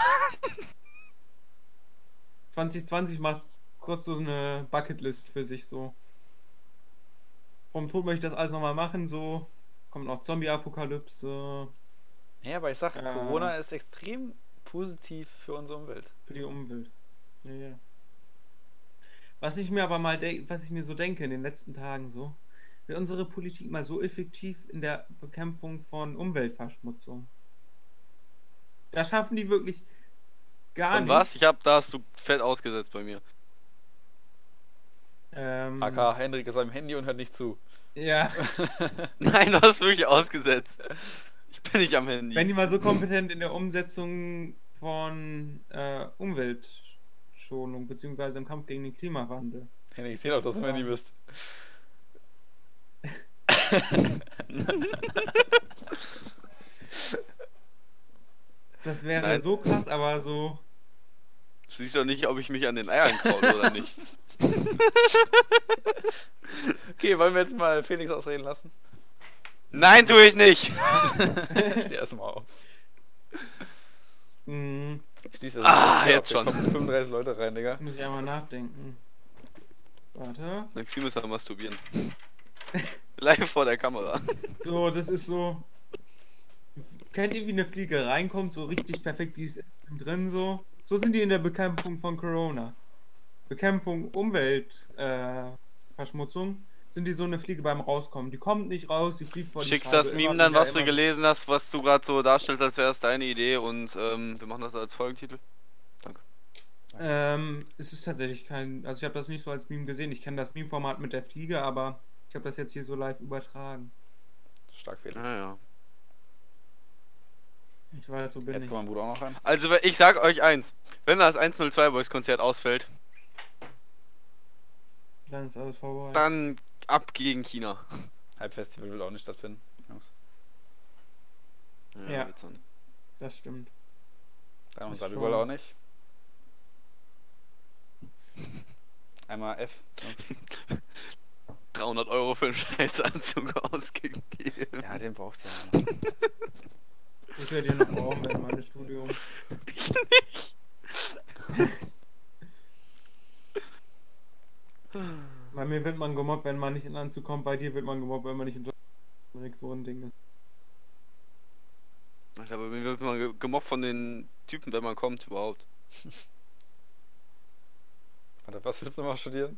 A: 2020 macht kurz so eine Bucketlist für sich so. Vom Tod möchte ich das alles nochmal machen, so. Kommt noch Zombie-Apokalypse
C: Ja, aber ich sag,
A: Ähm.
C: Corona ist extrem positiv für unsere Umwelt.
A: für die Umwelt. Ja, ja. Was ich mir aber mal denk, was ich mir so denke in den letzten Tagen so, wäre unsere Politik mal so effektiv in der Bekämpfung von Umweltverschmutzung. Da schaffen die wirklich gar
B: Und
A: nicht.
B: was? Ich hab, da hast du fett ausgesetzt bei mir. Mhm.
A: Ähm,
C: AK Hendrik ist am Handy und hört nicht zu.
A: Ja.
B: Nein, du hast wirklich ausgesetzt. Ich bin nicht am Handy.
A: Wenn die mal so kompetent in der Umsetzung von äh, Umweltschonung beziehungsweise im Kampf gegen den Klimawandel.
C: Hendrik, ich seh doch, dass du am
A: Ja.
C: Handy bist.
A: Das wäre
B: Nein.
A: so krass, aber so.
B: Du siehst doch nicht, ob ich mich an den Eiern kraule oder nicht.
C: Okay, wollen wir jetzt mal Felix ausreden lassen?
B: Nein, tue ich nicht.
C: Steh erstmal auf.
A: Mh,
C: Schließ das
B: Ah,
C: Fenster
B: jetzt
C: auf, da
B: schon.
C: kommen 35 Leute rein, Digga.
A: muss ich einmal nachdenken. Warte.
B: Maxim ist am halt Masturbieren. Live vor der Kamera.
A: So, das ist so. Kennt ihr, wie eine Fliege reinkommt, so richtig perfekt, die ist drin so? So sind die in der Bekämpfung von Corona. Bekämpfung Umweltverschmutzung äh, Verschmutzung sind die so eine Fliege beim Rauskommen. Die kommt nicht raus, die fliegt vor die
B: Schickst
A: Scheibe
B: das
A: immer
B: Meme dann,
A: wieder,
B: was du
A: immer
B: gelesen hast, was du gerade so darstellst, als wäre es deine Idee und ähm, wir machen das als Folgentitel.
A: Ähm, es ist tatsächlich kein. Also, ich habe das nicht so als Meme gesehen. Ich kenne das Meme-Format mit der Fliege, aber ich habe das jetzt hier so live übertragen.
C: Stark Felix.
B: Naja.
A: Ich weiß, so bin
C: Jetzt
A: ich.
C: kommt mein Bruder auch noch rein.
B: Also ich sag euch eins, wenn das 102 Boys Konzert ausfällt,
A: Dann ist alles vorbei.
B: dann ab gegen China.
C: Halbfestival will auch nicht stattfinden. Jungs.
A: Ja.
B: wird's dann.
A: Das stimmt.
C: Dann
A: Ist
C: unser
A: schon-
C: Bibel auch nicht. Einmal F. Jungs.
B: 300 Euro für einen Scheißanzug ausgegeben.
C: Ja, den braucht ihr.
A: Ich werde hier noch brauchen, wenn meine Studium. Bei mir wird man gemobbt, wenn man nicht in Anzug kommt. Bei dir wird man gemobbt, wenn man nicht in Job. So ein Ding ist.
B: Ich glaube, mir wird gemobbt von den Typen, wenn man kommt überhaupt.
C: Warte, was willst du nochmal studieren?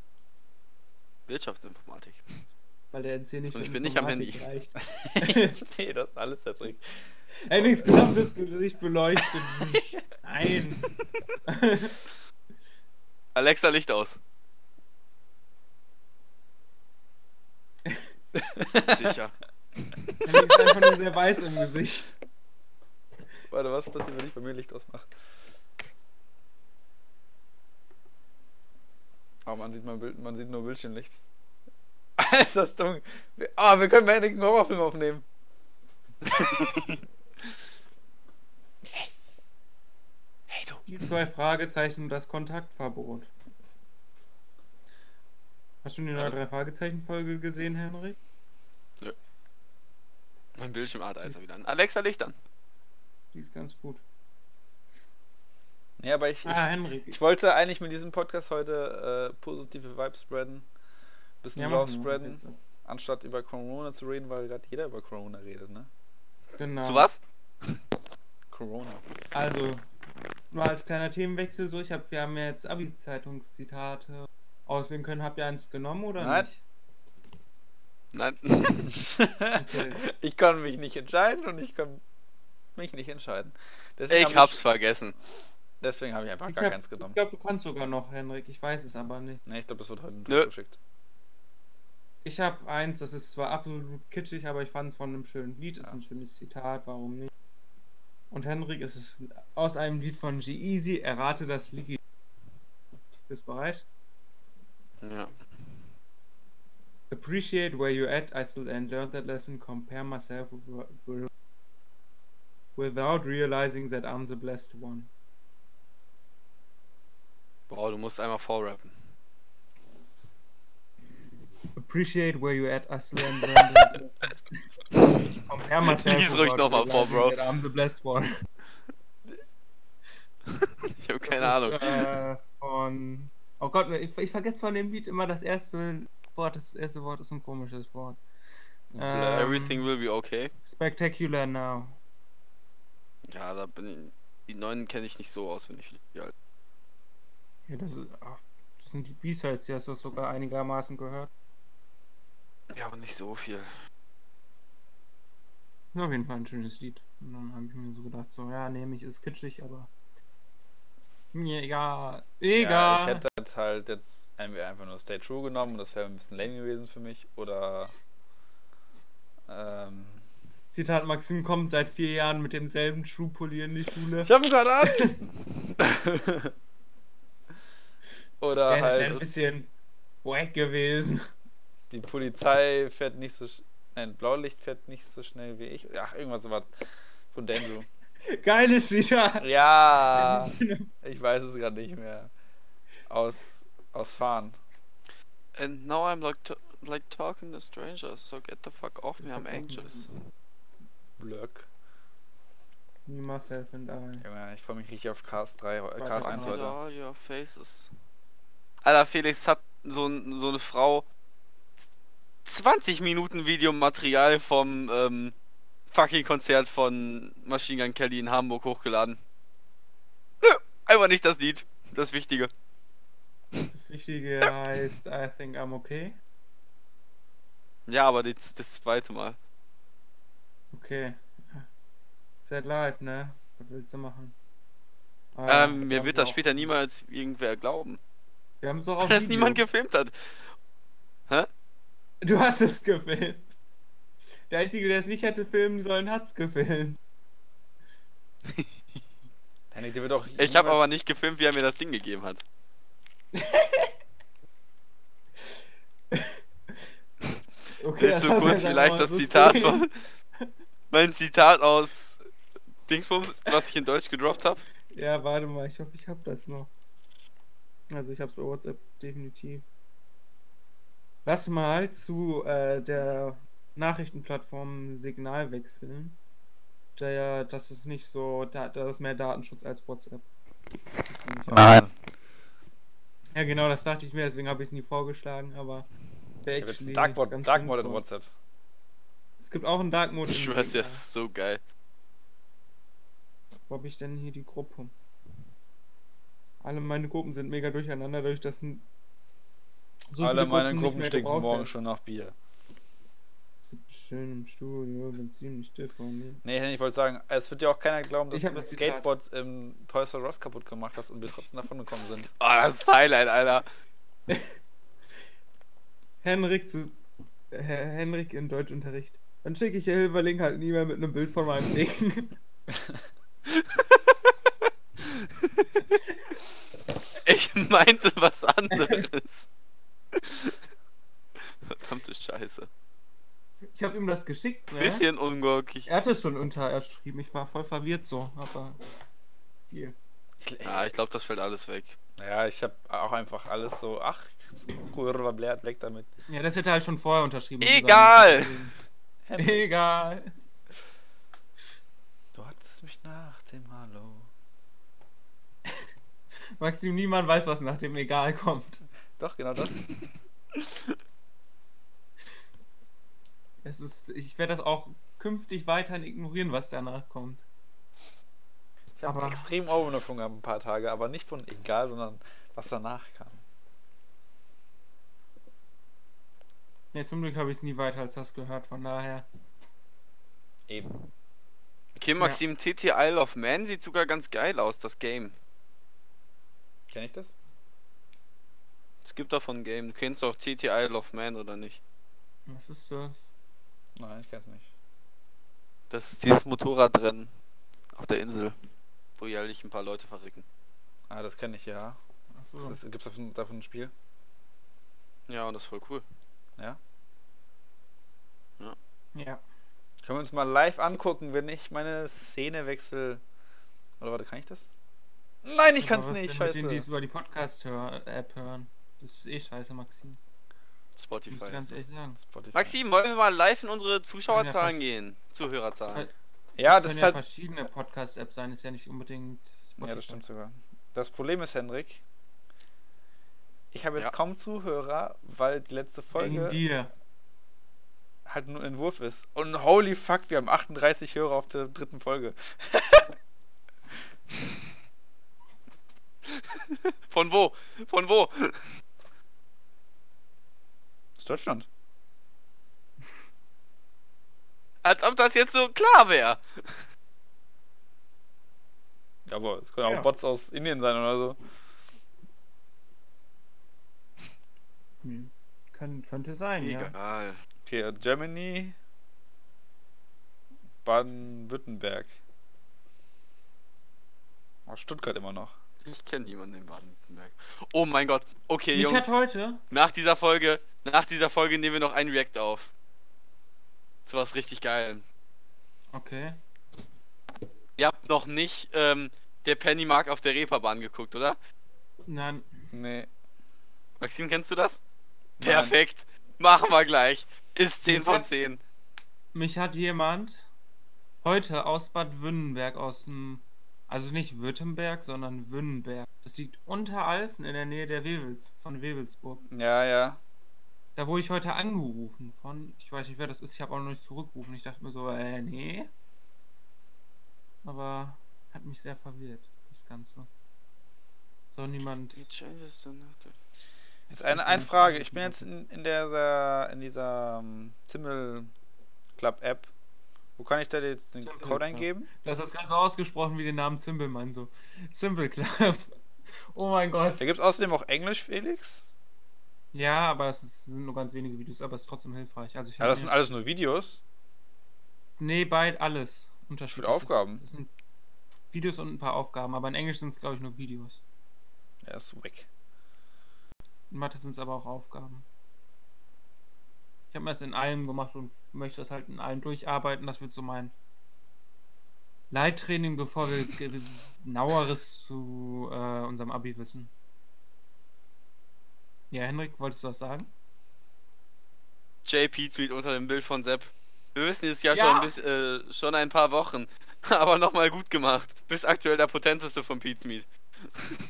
B: Wirtschaftsinformatik.
A: weil der NC nicht
B: Und ich
A: für
B: bin nicht am
A: Informatik
B: Handy.
A: reicht.
C: nee, das ist alles der Trick.
A: Er hat nichts gesamtes Gesicht beleuchtet. Nein.
B: Alexa, Licht aus. Sicher.
A: Er ist einfach nur sehr weiß im Gesicht.
C: Warte, was passiert, wenn ich bei mir Licht ausmache? Oh, man sieht, mein Bild, man sieht nur Bildschirmlicht. ist das dumm. Wir- Ah, wir können Manic einen Horrorfilm aufnehmen.
B: Hey du.
A: Die zwei Fragezeichen und das Kontaktverbot. Hast du die neue
B: das-
A: drei Fragezeichen Folge gesehen, Henrik?
B: Mein Bildschirm hat also wieder an. Alexa, Licht an.
A: Die ist ganz gut.
C: Ja, aber ich, ich,
A: Ah, Henrik.
C: ich wollte eigentlich mit diesem Podcast heute äh, positive Vibes spreaden. Bisschen Love
A: machen wir
C: spreaden.
A: jetzt.
C: Anstatt über Corona zu reden, weil gerade jeder über Corona redet, ne?
A: Genau.
B: Zu was?
C: Corona.
A: Also, mal als kleiner Themenwechsel so, ich hab, wir haben ja jetzt Abi-Zeitungszitate auswählen können. Habt ihr eins genommen oder
C: Nein.
A: nicht?
B: Nein.
A: Okay.
C: Ich kann mich nicht entscheiden und ich kann mich nicht entscheiden. Deswegen
B: Ich hab's vergessen.
C: Deswegen habe ich einfach
A: Ich
C: gar
A: hab-
C: keins genommen.
A: Ich glaube, du kannst sogar noch, Henrik. Ich weiß es aber nicht.
C: Ne, ich glaube, es wird heute
B: Nö.
C: geschickt.
A: Ich habe eins, das ist zwar absolut kitschig, aber ich fand es von einem schönen Lied. Ist
C: Ja.
A: ein schönes Zitat, warum nicht? Und Henrik, es ist aus einem Lied von G-Eazy, errate das Lied. Bist bereit?
B: Ja.
A: Appreciate where you're at, I still ain't learned that lesson. Compare myself with, with, without realizing that I'm the blessed one.
B: Boah, du musst einmal vorrappen.
A: Appreciate where you're at, I still ain't learned that lesson. Compare myself
B: Lies ruhig
A: without
B: noch mal vor, Bro.
A: realizing that I'm the blessed one.
B: Ich habe
A: Das
B: keine Ahnung.
A: Ist, äh, von. Oh Gott, ich, ich vergesse von dem Lied immer das erste Wort. Das erste Wort ist ein komisches Wort. Ähm,
B: Everything will be okay.
A: Spectacular now.
B: Ja, da bin ich. Die neuen kenne ich halt. nicht so auswendig. Ja.
A: Ja, das, ist, ach, das sind die B-Sides, die hast du sogar einigermaßen gehört.
B: ja, aber nicht so viel.
A: Ist auf jeden Fall ein schönes Lied. Und dann habe ich mir so gedacht, so, ja, nehme ich, ist kitschig, aber. Mir egal.
C: Ja, ich
A: Egal.
C: hätte jetzt halt jetzt entweder einfach nur Stay True genommen und das wäre ein bisschen lame gewesen für mich. Oder. Ähm,
A: Zitat: Maxim kommt seit vier Jahren mit demselben Schuhpulli in die Schule.
C: ich hab ihn gerade an! Oder
A: Ja, das wäre ein
C: halt,
A: bisschen wack gewesen.
C: die Polizei fährt nicht so. sch- Nein, Blaulicht fährt nicht so schnell wie ich. Ach, irgendwas sowas. Von Dendro.
A: Geiles Zitat.
C: Ja! Ich weiß es gerade nicht mehr. Aus, aus Fahren.
B: And now I'm like, to like talking to strangers, so get the fuck off me, I'm anxious.
C: Blöck.
A: Me, myself and I.
C: Junge, ich freue mich richtig auf Cars 3, äh,
A: Warte,
C: Cars
A: warte,
C: 1 heute.
B: All your faces. Alter, Felix hat so, n- so eine Frau 20 Minuten Videomaterial vom ähm, fucking Konzert von Machine Gun Kelly in Hamburg hochgeladen. Nö, einfach nicht das Lied, das Wichtige.
A: Das Wichtige heißt, I think I'm okay.
B: Ja, aber das, das zweite Mal.
A: Okay. Sad life, ne? Was willst du machen? Ah,
B: Ähm,
A: wir
B: mir
A: haben
B: wird
A: es
B: das
A: auch-
B: später niemals irgendwer glauben,
A: Wir haben es auch auf
B: weil das
A: Video.
B: niemand gefilmt hat.
A: Du hast es gefilmt. Der Einzige, der es nicht hätte filmen sollen, hat es gefilmt.
C: Henrik, dir wird auch
B: Ich habe aber nicht gefilmt, wie er mir das Ding gegeben hat.
A: Okay,
B: Willst
A: hast
B: du
A: du
B: kurz
A: jetzt einfach
B: vielleicht
A: mal
B: das
A: so
B: Zitat
A: stehen.
B: von. Mein Zitat aus Dingsbums, was ich in Deutsch gedroppt habe?
A: Ja, warte mal, ich hoffe, ich hab das noch. Also ich hab's bei WhatsApp definitiv. Lass mal zu äh, der Nachrichtenplattform Signal wechseln. Der, das ist nicht so, da, das ist mehr Datenschutz als WhatsApp.
C: Nein.
A: Ja genau, das dachte ich mir, deswegen habe ich es nie vorgeschlagen, aber wäre
C: Ich habe jetzt
A: actually
C: einen Dark, Mod-
A: ganz
C: Dark Mode in
A: sinnvoll.
C: WhatsApp.
A: Es gibt auch einen Dark Mode. in
B: Ich weiß,
A: Signal.
B: das ist so geil.
A: Wo habe ich denn hier die Gruppe? Alle meine Gruppen sind mega durcheinander, dadurch, dass n- so
C: Alle
A: viele
C: meine
A: nicht
C: Gruppen
A: mehr
C: stinken
A: gebraucht
C: morgen
A: werden.
C: schon nach Bier.
A: Sitzt Schön im Studio, bin ziemlich stiff von mir.
C: Nee, Henning, ich wollte sagen, es wird ja auch keiner glauben, dass
A: Ich
C: du
A: hab
C: mit
A: das Zitat.
C: Skateboards im Toys R Us kaputt gemacht hast und wir trotzdem davon gekommen sind.
B: Oh, das ist Highlight, Alter.
A: Henrik zu Herr Henrik in Deutschunterricht. Dann schicke ich Hilberling halt nie mehr mit einem Bild von meinem Ding.
B: Ich meinte was anderes. Verdammte Scheiße.
A: Ich habe ihm das geschickt, ne?
B: Bisschen unglücklich.
A: Er hat es schon unterschrieben. Ich war voll verwirrt so, aber. Hier.
B: Ja, ich glaube, das fällt alles weg.
C: Ja, ich habe auch einfach alles so, ach, Röhre blärt, weg damit.
A: Ja, das hätte er halt schon vorher unterschrieben.
B: Egal!
A: sein müssen. Egal!
C: Du hattest mich nach dem Hallo.
A: Maxim, niemand weiß, was nach dem Egal kommt.
C: Doch, genau das.
A: Es ist, ich werde das auch künftig weiterhin ignorieren, was danach kommt.
C: Ich habe
A: Aber-
C: extrem Ohrwurmöffnung gehabt ein paar Tage, aber nicht von egal, sondern was danach kam.
A: Ja, zum Glück habe ich es nie weiter als das gehört, von daher.
C: Eben.
B: Kim Maxim TT Isle of Man sieht sogar ganz geil aus, das Game.
C: Kenne ich das?
B: Es gibt davon ein Game. Du kennst doch TT Isle of Man, oder nicht?
A: Was ist das?
C: Nein, ich kenne es nicht.
B: Das ist dieses Motorradrennen auf der Insel, wo jährlich ein paar Leute verrecken.
C: Ah, das kenne ich, ja.
A: Achso.
C: Ist das- Gibt's davon, davon ein Spiel?
B: Ja, und das ist voll cool.
C: Ja.
A: Ja.
C: Können wir uns mal live angucken, wenn ich meine Szene wechsel. Oder warte, kann ich das? Nein, ich kann es
A: Aber Genau, was
C: nicht,
A: denn Mit denen, die es
C: scheiße.
A: über die Podcast-App hören. Das ist eh scheiße, Maxim. Ich muss
B: Spotify.
A: ich ganz ehrlich sagen.
C: Spotify.
B: Maxim, wollen wir mal live in unsere Zuschauerzahlen
A: Ja,
B: gehen? Zuhörerzahlen.
C: Ja,
A: Es
C: das
A: können
C: ist
A: ja
C: halt.
A: verschiedene Podcast-Apps sein, ist ja nicht unbedingt. Spotify.
C: Ja, das stimmt sogar. Das Problem ist, Henrik, ich habe jetzt
B: Ja.
C: kaum Zuhörer, weil die letzte
A: Wegen
C: Folge
A: dir.
C: halt nur ein Entwurf ist. Und holy fuck, wir haben 38 Hörer auf der dritten Folge.
B: Von wo? Von wo?
C: Aus Deutschland.
B: Als ob das jetzt so klar wäre.
C: Ja, aber es können auch
A: Ja.
C: Bots aus Indien sein oder so.
A: Hm. Kann, könnte sein, ja.
B: Egal.
C: Okay, Germany, Baden-Württemberg. Oh, Stuttgart immer noch.
B: Ich kenne niemanden in Baden-Württemberg. Oh mein Gott. Okay,
A: Mich
B: Jungs.
A: hat heute.
B: Nach dieser Folge, nach dieser Folge nehmen wir noch ein React auf. Zu was richtig geil.
A: Okay.
B: Ihr habt noch nicht ähm, der Pennymark auf der Reeperbahn geguckt, oder?
A: Nein.
C: Nee.
B: Maxim, kennst du das?
C: Nein.
B: Perfekt. Machen wir gleich. Ist 10 von
A: Ja.
B: 10.
A: Mich hat jemand heute aus Bad Wünnenberg aus dem. Also nicht Württemberg, sondern Wünnenberg. Das liegt unter Alfen in der Nähe der Wewels, von Wewelsburg.
C: Ja, ja.
A: Da wurde ich heute angerufen von. Ich weiß nicht, wer das ist. Ich habe auch noch nicht zurückgerufen. Ich dachte mir so, äh, nee. Aber hat mich sehr verwirrt, das Ganze. So niemand.
C: Jetzt eine, eine Frage. Ich bin jetzt in, in dieser, in dieser ähm, Timmel Club App. Wo kann ich da jetzt den
A: Timmel Club.
C: Code eingeben?
A: Das ist das Ganze ausgesprochen wie den Namen Zimbelmann so. Zimbel Club. Oh mein Gott.
C: Da gibt es außerdem auch Englisch, Felix.
A: Ja, aber es ist- sind nur ganz wenige Videos, aber es ist trotzdem hilfreich. Also ich
C: Ja,
A: hab
C: das
A: mir-
C: sind alles nur Videos.
A: Nee, beid alles. Unterschied.
C: Aufgaben.
A: Es sind Videos und ein paar Aufgaben, aber in Englisch sind es, glaube ich, nur Videos.
C: Ja, ist weg.
A: In Mathe sind es aber auch Aufgaben. Ich habe mir das in allem gemacht und möchte das halt in allem durcharbeiten. Das wird so mein Leittraining, bevor wir ge- genaueres zu äh, unserem Abi wissen. Ja, Henrik, wolltest du was sagen?
B: JP-Tweet unter dem Bild von Sepp. Wir wissen es ja,
A: Ja.
B: Schon, ein bisschen, äh, schon ein paar Wochen. Aber nochmal gut gemacht. Bist aktuell der potenteste von Pete's Meat.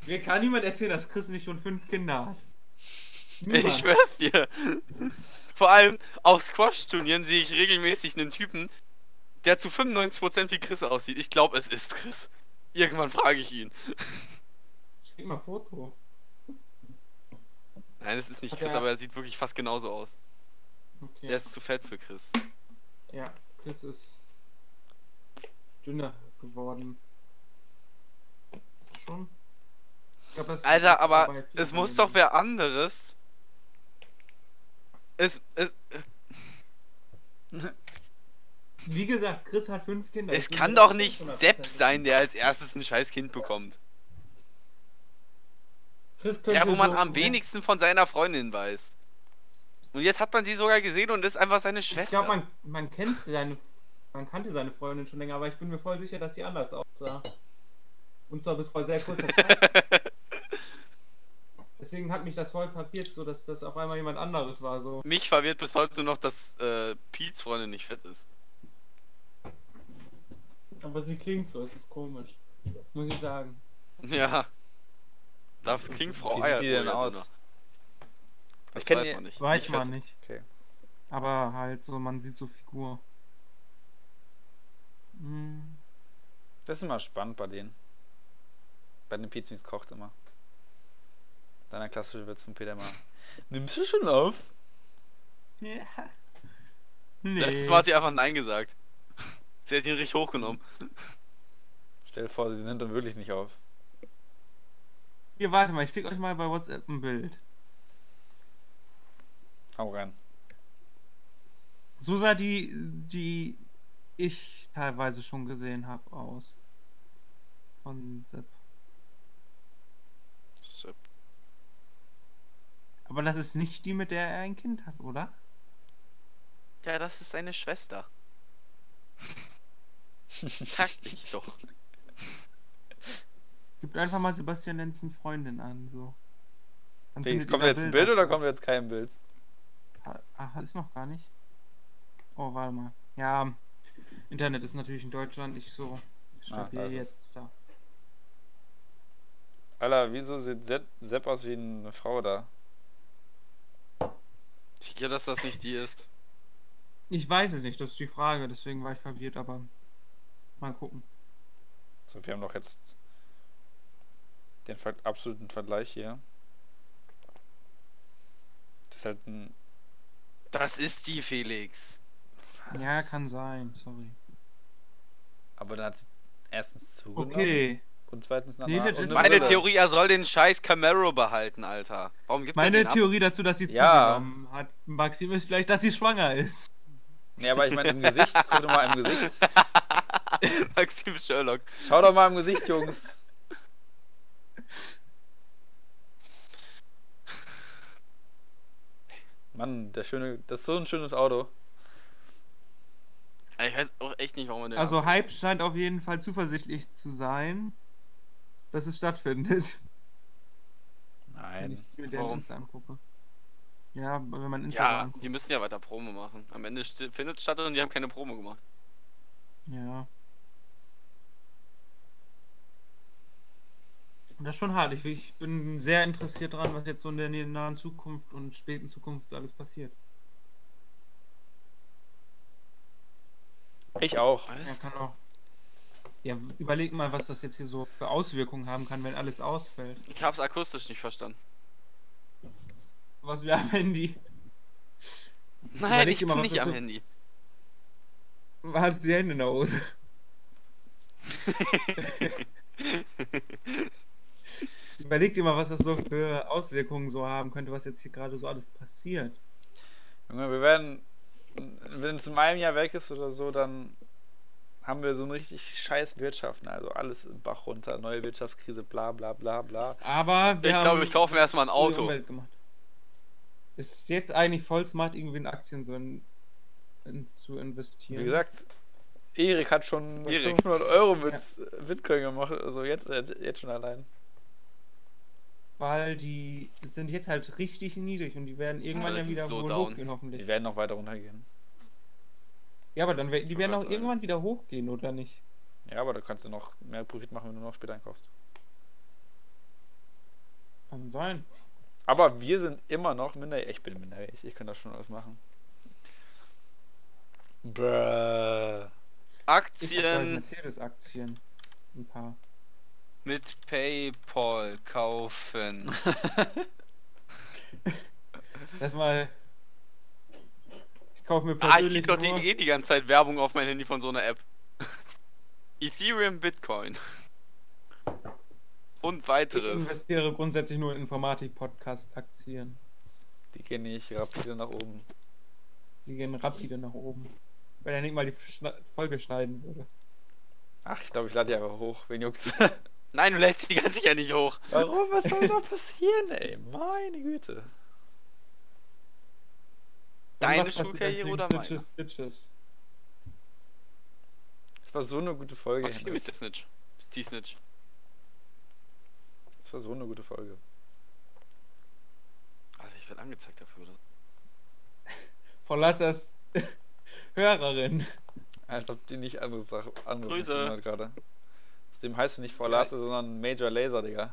A: Mir kann niemand erzählen, dass Chris nicht schon fünf Kinder hat.
B: Ich schwör's dir. Vor allem auf Squash-Turnieren sehe ich regelmäßig einen Typen, der zu 95% wie Chris aussieht. Ich glaube, es ist Chris. Irgendwann frage ich ihn.
A: Schick mal Foto.
B: Nein, es ist nicht
A: Hat
B: Chris,
A: er-
B: aber er sieht wirklich fast genauso aus.
A: Okay.
B: Er ist zu fett für Chris.
A: Ja, Chris ist dünner geworden. Schon. Ich glaub, das
B: Alter,
A: das war
B: aber
A: bei vielen
B: es muss
A: Dingen.
B: doch wer anderes. Es, es,
A: Wie gesagt, Chris hat fünf Kinder.
B: es
A: Ich bin
B: kann
A: mir
B: doch
A: da
B: nicht
A: 100%
B: Sepp sein, der als erstes ein scheiß Kind bekommt.
A: Chris könnte
B: Der, wo man
A: so-
B: am wenigsten von seiner Freundin weiß. Und jetzt hat man sie sogar gesehen und ist einfach seine Schwester.
A: Ich glaube, man, man kennt seine. Man kannte seine Freundin schon länger, aber ich bin mir voll sicher, dass sie anders aussah. Und zwar bis vor sehr kurzer Zeit. Deswegen hat mich das voll verwirrt, so dass das auf einmal jemand anderes war. So.
B: Mich verwirrt bis heute nur noch, dass äh, Pete's Freundin nicht fett ist.
A: Aber sie klingt so, es ist komisch. Muss ich sagen.
B: Ja. Da klingt Frau
C: Wie
B: Eier
C: sieht die denn
B: drin,
C: aus?
B: oder? Das
C: Ich kenn
B: weiß
C: die-
B: man nicht.
A: Weiß
B: Nicht
A: man
B: fett.
A: nicht.
C: Okay.
A: Aber halt so, man sieht so Figur. Hm.
C: Das ist immer spannend bei denen. Bei den Pizmis kocht immer. Deiner klassische Witz von Peter mal. Nimmst du schon auf?
A: Ja. Nee.
B: Letztes Mal hat sie einfach Nein gesagt. Sie hat ihn richtig hochgenommen.
C: Stell dir vor, sie nimmt dann wirklich nicht auf.
A: Hier, warte mal, ich schicke euch mal bei WhatsApp ein Bild.
C: Hau rein.
A: So sah die, die ich teilweise schon gesehen habe, aus. Von Sepp. Aber das ist nicht die, mit der er ein Kind hat, oder?
B: Ja, das ist seine Schwester. Sag dich doch.
A: Gibt einfach mal Sebastian Lenzen Freundin an, so. Dann
C: Felix,
A: findet
C: kommt
A: ihr da
C: jetzt ein
A: Bilder.
C: Bild oder kommt jetzt kein Bild?
A: Ach, ist noch gar nicht. Oh, warte mal. Ja, Internet ist natürlich in Deutschland nicht so stabil
C: Ah, da ist es.
A: jetzt da.
C: Alter, wieso sieht Sepp, Sepp aus wie eine Frau da?
B: Sicher, dass das nicht die ist.
A: Ich weiß es nicht, das ist die Frage, deswegen war ich verwirrt, aber mal gucken.
C: So, wir haben doch jetzt den ver absoluten Vergleich hier. Das ist halt ein.
B: Das ist die, Felix.
A: Ja, kann sein, sorry.
C: Aber dann hat sie erstens zugenommen
A: Okay,
C: und zweitens nach
A: Nee, das ist-
B: Meine
A: Brille.
B: Theorie, er soll den scheiß Camaro behalten, Alter. Warum gibt er
A: meine
B: den ab?
A: Theorie dazu, dass sie
C: Ja.
A: zugenommen hat, Maxim, ist vielleicht, dass sie schwanger ist.
C: Nee, aber ich meine im Gesicht. Guck doch mal im Gesicht.
B: Maxim Sherlock.
C: Schau doch mal im Gesicht, Jungs. Mann, der schöne, das ist so ein schönes Auto.
B: Ich weiß auch echt nicht, warum man den
A: Also
B: ab-
A: Hype scheint auf jeden Fall zuversichtlich zu sein, dass es stattfindet. Wenn
C: Nein.
A: ich mir deren
B: Warum?
A: Insta angucke. Ja, wenn man Insta
B: Ja,
A: anguckt.
B: die müssen ja weiter Promo machen. Am Ende sti- findet es statt und die haben keine Promo gemacht.
A: Ja. Und das ist schon hart. Ich, ich bin sehr interessiert dran, was jetzt so in der nä- nahen Zukunft und späten Zukunft so alles passiert.
C: Ich auch.
A: Ja, kann auch. Ja, überleg mal, was das jetzt hier so für Auswirkungen haben kann, wenn alles ausfällt.
B: Ich hab's akustisch nicht verstanden.
A: Was wir am Handy.
B: Nein,
A: Überleg
B: ich
A: dir
B: bin
A: mal, was
B: nicht
A: das
B: am
A: so-
B: Handy.
A: Hattest du die Hände in der Hose? Überleg dir mal, was das so für Auswirkungen so haben könnte, was jetzt hier gerade so alles passiert.
C: Junge, wir werden, wenn es in einem Jahr weg ist oder so, dann haben wir so eine richtig scheiß Wirtschaft. ne? Also alles im Bach runter, neue Wirtschaftskrise, bla bla bla bla.
A: Aber wir
B: Ich
A: haben-
B: glaube, ich kaufe mir erstmal ein
A: die
B: Auto.
A: Umwelt gemacht. Ist jetzt eigentlich voll smart, irgendwie in Aktien so in, in, zu investieren.
C: Wie gesagt, Erik hat schon
B: Erik.
C: 500 Euro mit Bitcoin gemacht, also jetzt, jetzt schon allein.
A: Weil die sind jetzt halt richtig niedrig und die werden irgendwann
B: Ja,
A: ja,
B: die
A: wieder
B: sind so
A: wohl
B: down.
A: hochgehen,
C: Die
A: hoffentlich.
C: werden noch weiter runtergehen.
A: Ja, aber dann wer- die werden
B: wollte
A: auch
B: sagen.
A: irgendwann wieder hochgehen, oder nicht?
C: Ja, aber da kannst du noch mehr Profit machen, wenn du noch später einkaufst.
A: Kann sein.
C: Aber wir sind immer noch minderjährig. Ich bin minderjährig, ich kann das schon alles machen. Bruh.
A: Ich habe
B: Aktien.
A: Mercedes-Aktien. Ein paar.
B: Mit PayPal kaufen.
A: Das mal. Ich kaufe mir
B: ah, ich krieg
A: persönlich.
B: doch die,
A: nur-
B: eh die ganze Zeit Werbung auf mein Handy von so einer App. Ethereum, Bitcoin. Und
A: ich
B: weiteres.
A: investiere grundsätzlich nur in Informatik-Podcast-Aktien.
C: Die gehen nicht rapide nach oben.
A: Die gehen rapide nach oben. Wenn er nicht mal die Schna Folge schneiden würde.
C: Ach, ich glaube, ich lade die einfach hoch. Wen juckt's?
B: Nein, du lädst die ganz sicher nicht hoch.
C: Warum? Was soll da passieren, ey? Meine Güte.
A: Dann
B: Deine
A: was passiert,
B: Schulkarriere
A: dann
B: oder
A: kriegen
B: meine?
A: Snitches, Snitches.
C: Das war so eine gute Folge.
B: Maxim
C: Henrik.
B: ist der Snitch. Ist die Snitch.
C: Das war so eine gute Folge.
B: Alter, ich werde angezeigt dafür. Oder?
A: Frau Latters Hörerin.
C: Als ob die nicht andere Sache anderes
B: Grüße.
C: gesehen hat gerade. Aus dem heißt du nicht Frau Latte, sondern Major Laser, Digga.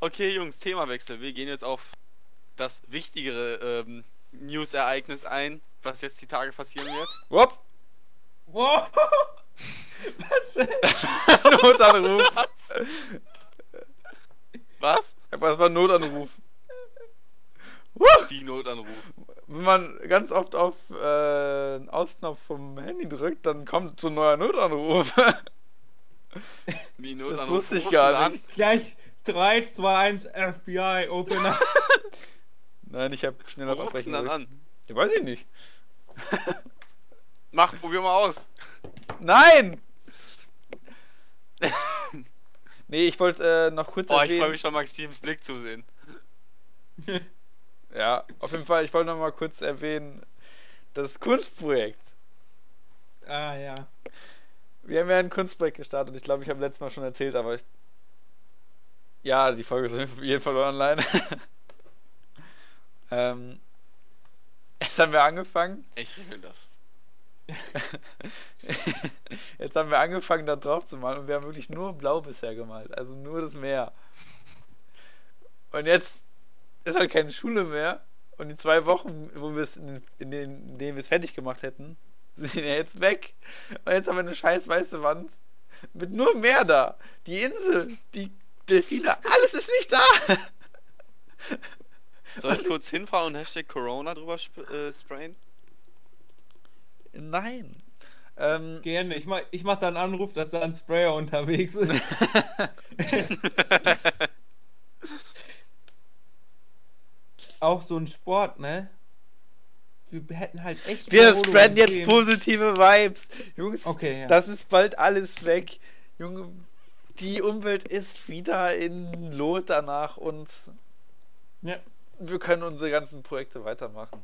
B: Okay, Jungs, Themawechsel. Wir gehen jetzt auf das wichtigere ähm, News-Ereignis ein, was jetzt die Tage passieren wird.
C: Wupp!
A: Wow! Was denn?
C: Notanruf!
B: Was?
C: Aber das war ein Notanruf. Wupp!
B: Die Notanruf.
C: Wenn man ganz oft auf äh, den Ausknopf vom Handy drückt, dann kommt so ein neuer Notanruf.
B: Die Notanruf.
C: das wusste ich
B: Rufst du
C: gar
B: an?
C: nicht.
A: Gleich 3, 2, 1, FBI, open up.
C: Nein, ich habe schnell auf
B: Wo rufst du
C: Abbrechen
B: denn dann
C: gedrückt.
B: an?
C: Ja, weiß ich nicht.
B: Mach, probier mal aus.
C: Nein! nee, ich wollte äh, noch kurz
B: Oh, ich
C: erwähnen.
B: freue mich schon, Maxims Blick zu sehen.
C: Ja, auf jeden Fall, ich wollte noch mal kurz erwähnen, das Kunstprojekt.
A: ah ja.
C: Wir haben ja ein Kunstprojekt gestartet. Ich glaube, ich habe letztes Mal schon erzählt, aber ich. Ja, die Folge ist auf jeden Fall online. ähm, jetzt haben wir angefangen.
B: Ich will das.
C: Jetzt haben wir angefangen, da drauf zu malen und wir haben wirklich nur blau bisher gemalt. Also nur das Meer. Und jetzt ist halt keine Schule mehr. Und die zwei Wochen, wo wir es in, in, den, in denen wir es fertig gemacht hätten, sind ja jetzt weg. Und jetzt haben wir eine scheiß weiße Wand mit nur Meer da. Die Insel, die Delfine, alles ist nicht da.
B: Soll ich kurz hinfahren und Hashtag Corona drüber sp äh, sprayen?
C: Nein. Ähm,
A: Gerne. Ich mach, ich mach da einen Anruf, dass da ein Sprayer unterwegs ist. Auch so ein Sport, ne? Wir hätten halt echt.
C: Wir
A: Wiederholungen
C: spreaden jetzt
A: gehen.
C: positive Vibes. Jungs,
A: Okay, ja.
C: das ist bald alles weg. Junge, die Umwelt ist wieder in Lot danach und
A: Ja.
C: wir können unsere ganzen Projekte weitermachen.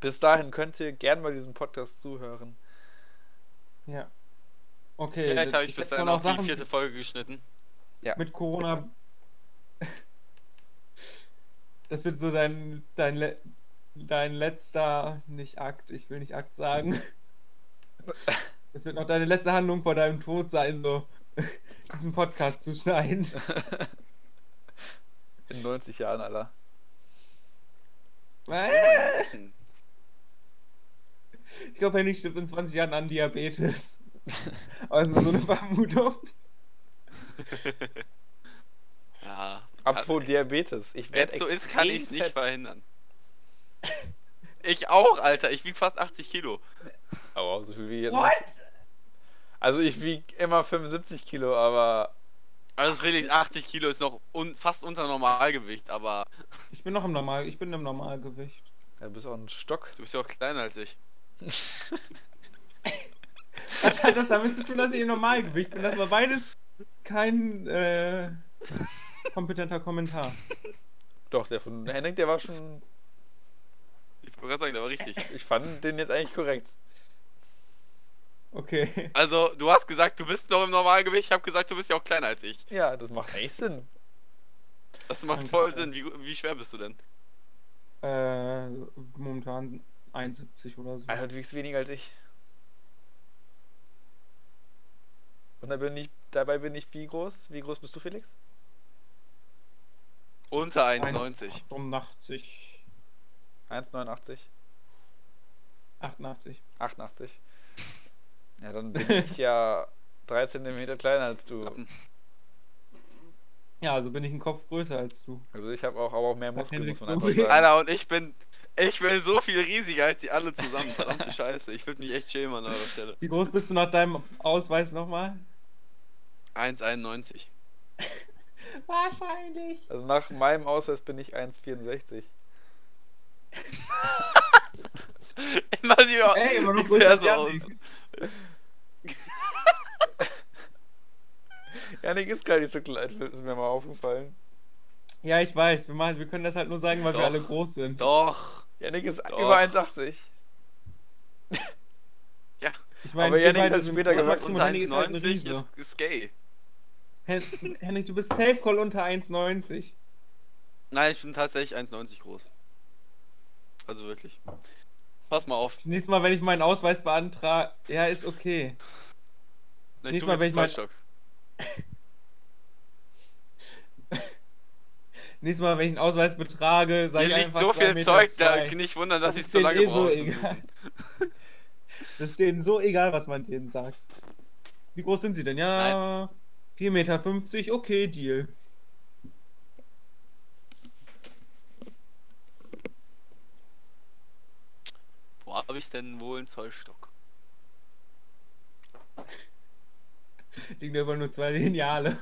C: Bis dahin könnt ihr gern mal diesem Podcast zuhören.
A: ja. Okay.
B: Vielleicht habe ich
A: das
B: bis
A: waren auch
B: dahin auch die
A: Sachen
B: vierte Folge geschnitten.
A: mit Corona. Das wird so dein, dein, le- dein letzter, nicht Akt, ich will nicht Akt sagen. Das wird noch deine letzte Handlung vor deinem Tod sein, so diesen Podcast zu schneiden.
C: In 90 Jahren, Alter.
A: Ich glaube, Henning stirbt in 20 Jahren an Diabetes. Also so eine Vermutung.
B: ja.
C: Apropos Diabetes. Ich
B: Wenn
C: werde
B: es so ist, kann ich es nicht
C: verhindern.
B: verhindern. Ich auch, Alter. Ich wiege fast 80 Kilo.
C: Oh, so viel wie jetzt.
A: What?
C: Also ich wiege immer 75 Kilo, aber
B: Also Felix, 80 Kilo ist noch un fast unter Normalgewicht, aber
A: Ich bin noch im Normal, ich bin im Normalgewicht.
C: du bist auch ein Stock.
B: du bist ja auch kleiner als ich.
A: Was hat das damit zu tun, dass ich im Normalgewicht bin? Das war beides kein äh, kompetenter Kommentar.
C: Doch, der von Henrik, der war schon.
B: Ich wollte gerade sagen, der war richtig.
C: Ich fand den jetzt eigentlich korrekt.
A: Okay.
B: Also, du hast gesagt, du bist noch im Normalgewicht. Ich habe gesagt, du bist ja auch kleiner als ich.
C: Ja, das macht eigentlich Sinn.
B: Das macht
A: Danke.
B: voll Sinn. Wie, wie schwer bist du denn?
A: Äh, momentan 71 oder so.
C: Alter, du wiegst weniger als ich. Und da bin ich, dabei bin ich wie groß? Wie groß bist du, Felix?
B: Unter 1,90.
A: 88.
C: 1,89.
A: 88.
C: 88. Ja, dann bin ich ja 3 cm kleiner als du.
A: Ja, also bin ich einen Kopf größer als du.
C: Also ich habe auch, aber auch mehr
A: Hat
C: Muskeln, muss
A: Hendrik
C: man einfach
A: so-
C: sagen.
B: Alter, und ich bin. Ich bin so viel riesiger als die alle zusammen. Verdammte Scheiße. Ich würde mich echt schämen an eurer Stelle.
A: Wie groß bist du nach deinem Ausweis nochmal?
B: 1,91.
A: Wahrscheinlich.
C: Also nach meinem Ausweis bin ich 1,64.
B: Immer sie
A: Ey, immer noch
B: ich
A: größer
B: wär
A: als
B: so aus.
A: Janik.
C: Janik ist gar nicht so klein, ist mir mal aufgefallen.
A: Ja, ich weiß. Wir, machen, wir können das halt nur sagen, weil wir
B: Doch.
A: alle groß sind.
B: Doch.
C: Janik ist
B: Doch.
C: über 1,80.
B: Ja.
A: Ich
C: Aber
A: wir
C: Yannick
A: beide
C: hat
A: sind
C: später
A: groß
C: gewachsen
B: Was
A: und
B: unter
A: Henrik ist halt ein
B: 1,90
A: Riese.
B: ist, ist gay.
A: Hen Henrik, du bist safe call unter 1,90.
B: Nein, ich bin tatsächlich 1,90 groß. Also wirklich. Pass mal auf.
A: Nächstes Mal, wenn ich meinen Ausweis beantrage, ja, ist okay.
B: Ich
A: Nächstes
B: tu
A: Mal,
B: mir
A: wenn
B: den
A: ich mal-
B: Zollstock.
A: Nächstes Mal, wenn ich einen Ausweis betrage, sage ich
B: Hier liegt
A: einfach
B: so viel
A: 2,2
B: Zeug, da
A: Meter.
B: nicht wundern, dass
A: Das
B: ich
A: ist
B: so
A: denen
B: lange
A: eh so
B: brauche. zum
A: egal.
B: Suchen.
A: Das ist denen so egal, was man denen sagt. Wie groß sind sie denn? Ja, 4,50 Meter, okay, Deal.
B: Wo habe ich denn wohl einen Zollstock?
A: Liegen da über nur zwei Lineale.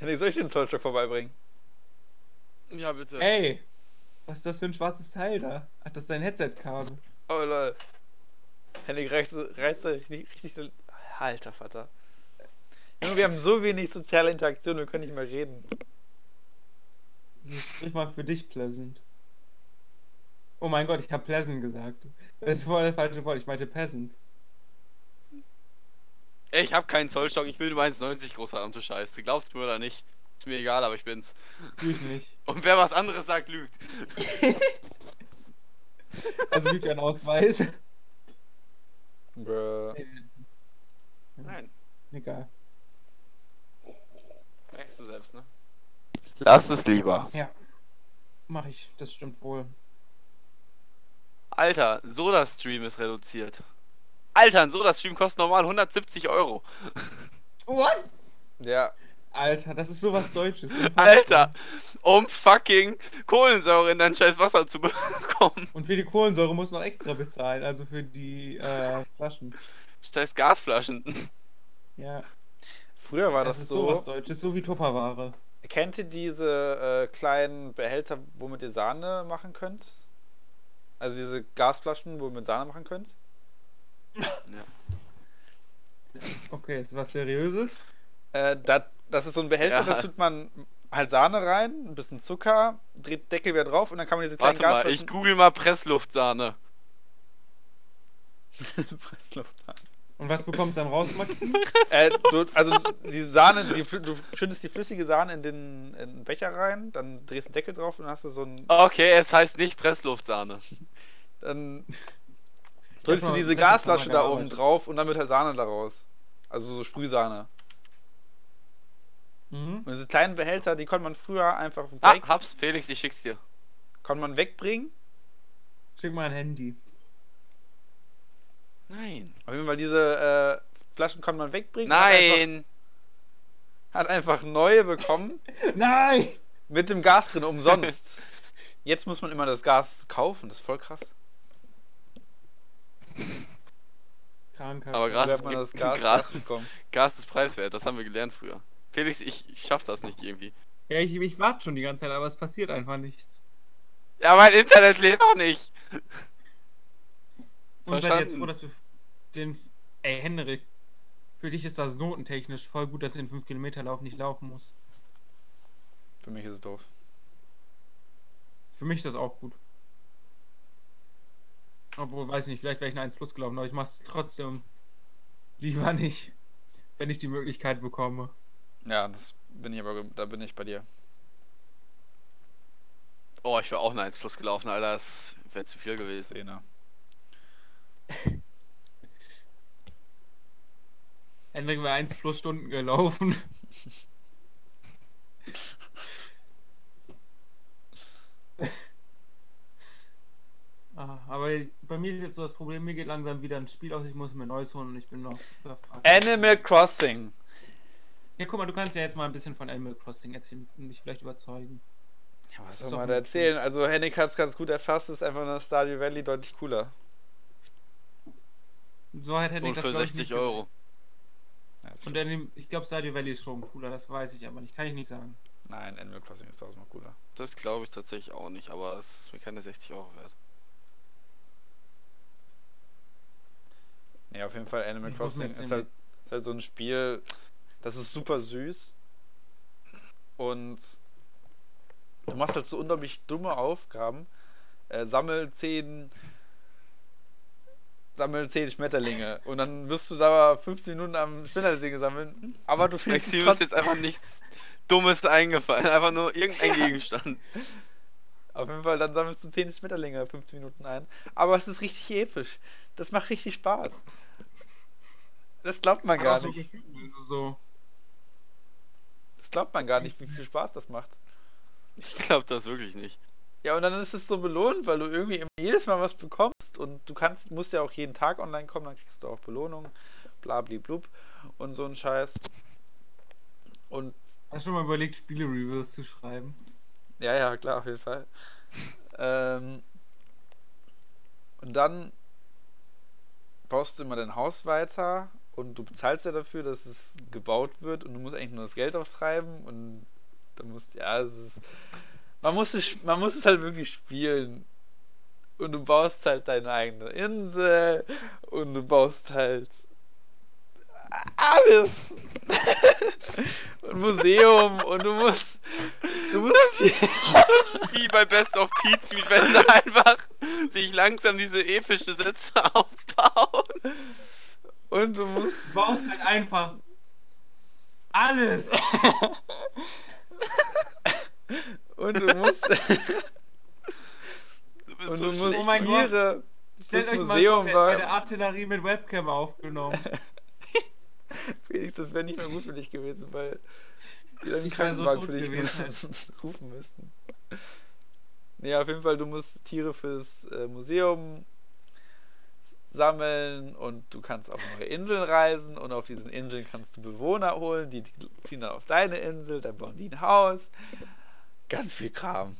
C: Janik, soll ich den Zollstock vorbeibringen?
B: Ja, bitte.
A: Ey, was ist das für ein schwarzes Teil da? Ach, das ist dein Headset-Kabel.
C: Oh lol. Henrik reißt, reißt da richtig, richtig so. Alter Vater. Junge, wir haben so wenig soziale Interaktion, wir können nicht mehr reden.
A: Hier, Hm, Sprich mal für dich Pleasant. Oh mein Gott, ich habe Pleasant gesagt. Das ist voll das falsche Wort, ich meinte Peasant.
B: Ey, ich habe keinen Zollstock, ich bin über 1,90 groß, verdammte Scheiße. Glaubst du mir oder nicht? Ist mir egal, aber ich bin's.
A: Tu ich nicht.
B: Und wer was anderes sagt, lügt.
A: Also gibt ja einen Ausweis.
C: Bruh.
B: Nein,
A: Egal.
B: merkst du selbst, ne? Lass es lieber.
A: Ja. Mach ich, das stimmt wohl.
B: Alter, Soda-Stream ist reduziert. Alter, ein Soda-Stream kostet normal 170 Euro.
A: What?
C: Ja.
A: Alter, das ist sowas Deutsches.
B: Alter, um fucking Kohlensäure in dein scheiß Wasser zu bekommen.
A: Und für die Kohlensäure muss noch extra bezahlen, also für die äh, Flaschen.
B: Scheiß Gasflaschen.
A: Ja,
C: Früher war
A: das,
C: das,
A: ist
C: so.
A: sowas Deutsches, so wie Tupperware.
C: Kennt ihr diese äh, kleinen Behälter, womit ihr Sahne machen könnt? Also diese Gasflaschen, wo ihr mit Sahne machen könnt?
B: Ja.
A: Okay, ist was Seriöses?
C: Äh, da, das ist so ein Behälter,
B: Ja.
C: da tut man halt Sahne rein, ein bisschen Zucker, dreht Deckel wieder drauf und dann kann man diese kleinen
B: Warte mal, ich
C: Gasflaschen.
B: google mal Pressluftsahne.
C: Pressluft an.
A: Und was bekommst du dann raus, Maxim?
C: Äh, du, also die Sahne, die, fl- du schüttest die flüssige Sahne in den, in den Becher rein, dann drehst du den Deckel drauf und dann hast du so einen.
B: Okay, es heißt nicht Pressluftsahne.
C: Dann drückst du
A: mal
C: diese
A: besser
C: Gasflasche da
A: vorher
C: oben
A: gearbeitet.
C: drauf und dann wird halt Sahne daraus. Also so Sprühsahne.
A: Mhm.
C: Und diese kleinen Behälter, die konnte man früher einfach
B: Ah,
C: weg,
B: hab's, Felix, ich schick's dir.
C: konnte man wegbringen.
A: Schick mal ein Handy.
B: Nein.
C: Auf jeden Fall diese äh, Flaschen konnte man wegbringen. und
B: Nein.
C: Hat einfach, hat einfach neue bekommen
A: Nein!
C: mit dem Gas drin, umsonst. Jetzt muss man immer das Gas kaufen, das ist voll krass.
A: Krankheit.
B: Aber
C: Früher
B: Gras,
C: hat man das Gas,
B: Gras,
C: Gas
B: Gras,
C: bekommen.
B: ist preiswert, das haben wir gelernt früher. Felix, ich, ich schaff das nicht irgendwie.
A: Ja, ich, ich warte schon die ganze Zeit, aber es passiert einfach nichts.
B: Ja, mein Internet lädt auch nicht.
A: Und seid
B: Verstanden.
A: jetzt froh, dass wir den. Ey, Henrik, für dich ist das notentechnisch voll gut, dass du den 5-Kilometer-Lauf nicht laufen musst.
C: Für mich ist es doof.
A: Für mich ist das auch gut. Obwohl, weiß nicht, vielleicht wäre ich eine 1 Plus gelaufen, aber ich mach's trotzdem lieber nicht, wenn ich die Möglichkeit bekomme.
C: Ja, das bin ich aber, da bin ich bei dir.
B: Oh, ich wäre auch eine 1 plus gelaufen, Alter. Das wäre zu viel gewesen.
C: Zehner.
A: Henrik wäre 1 Plus Stunden gelaufen. Ah, bei mir ist jetzt so das Problem, mir geht langsam wieder ein Spiel aus, ich muss mir neues holen und ich bin noch überfragt.
B: Äh, ne-
C: Animal Crossing.
A: Ja, guck mal, du kannst ja jetzt mal ein bisschen von Animal Crossing erzählen und mich vielleicht überzeugen.
C: Ja, was
A: Ist
C: soll
A: doch
C: man
A: ein
C: da erzählen? Also Hennig hat es ganz gut erfasst, ist einfach nur Stardew Valley deutlich cooler.
A: So halt hätte ich
B: Und
A: das
B: für
A: glaub ich,
B: 60
A: nicht gemacht.
B: Euro.
A: Und dann, ich glaube, Stardew Valley ist schon cooler, das weiß ich aber nicht, kann ich nicht sagen.
C: Nein, Animal Crossing ist tausendmal cooler.
B: Das glaube ich tatsächlich auch nicht, aber es ist mir keine 60 Euro wert.
C: Ja, auf jeden Fall Animal
A: Ich muss mir
C: Crossing
A: jetzt
C: ist
A: den-
C: halt, ist halt so ein Spiel, das ist super süß. Und du machst halt so unglaublich dumme Aufgaben. Äh, sammel zehn. Sammel zehn Schmetterlinge. Und dann wirst du da 15 Minuten am Schmetterlinge sammeln. Aber du findest es
B: Maxim ist
C: trotzdem.
B: jetzt einfach nichts Dummes eingefallen, einfach nur irgendein Gegenstand.
C: Auf jeden Fall, dann sammelst du 10 Schmetterlinge 15 Minuten ein. Aber es ist richtig episch. Das macht richtig Spaß. Das glaubt man
A: Hat
C: gar
A: auch so
C: nicht.
A: Gefühle, Also so,
C: Das glaubt man gar nicht, wie viel Spaß das macht.
B: Ich glaube das wirklich nicht.
C: Ja, und dann ist es so belohnt, weil du irgendwie immer jedes Mal was bekommst und du kannst, musst ja auch jeden Tag online kommen, dann kriegst du auch Belohnung, blub und so ein Scheiß. Und
A: hast du schon mal überlegt, Spiele-Reviews zu schreiben?
C: ja, ja, klar, auf jeden Fall. ähm, und dann baust du immer dein Haus weiter und du bezahlst ja dafür, dass es gebaut wird und du musst eigentlich nur das Geld auftreiben und dann musst ja, es ist, man muss es, man muss es halt wirklich spielen und du baust halt deine eigene Insel und du baust halt alles ein Museum und du musst du musst
B: Das ist wie bei Best of Pizza, wenn du einfach sich langsam diese epische Sätze aufbauen.
C: und du musst
A: Du brauchst halt einfach alles.
C: und du musst
B: Du bist
C: und
B: so
C: du musst
A: Oh mein Gott.
C: Tiere
A: Stellt
C: das
A: euch
C: Museum
A: mal vor,
C: war
A: bei der Artillerie mit Webcam aufgenommen.
C: Felix, das wäre nicht mehr gut für dich gewesen, weil die dann einen
A: Ich wär so
C: Krankenwagen
A: tot
C: für dich
A: gewesen.
C: müssen- rufen müssten. Nee, auf jeden Fall, du musst Tiere fürs äh, Museum s- sammeln und du kannst auf neue Inseln reisen und auf diesen Inseln kannst du Bewohner holen, die ziehen dann auf deine Insel, dann bauen die ein Haus. Ganz viel Kram.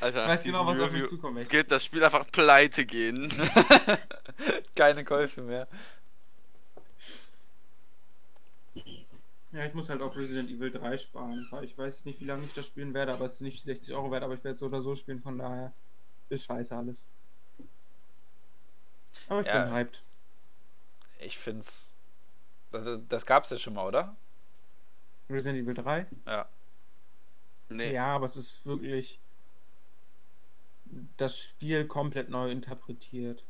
B: Alter,
A: Ich
B: nach
A: weiß genau, was
B: diesem
A: auf mich
B: Review
A: zukommt.
B: Geht das Spiel einfach pleite gehen.
C: Keine Käufe mehr.
A: Ja, ich muss halt auf Resident Evil 3 sparen. weil Ich weiß nicht, wie lange ich das spielen werde, aber es ist nicht 60 Euro wert, aber ich werde es so oder so spielen, von daher ist scheiße alles. Aber ich
C: Ja.
A: bin hyped.
C: Ich find's. Das, das gab's ja schon mal, oder?
A: Resident Evil 3?
C: Ja.
B: Nee.
A: Ja, aber es ist wirklich das Spiel komplett neu interpretiert.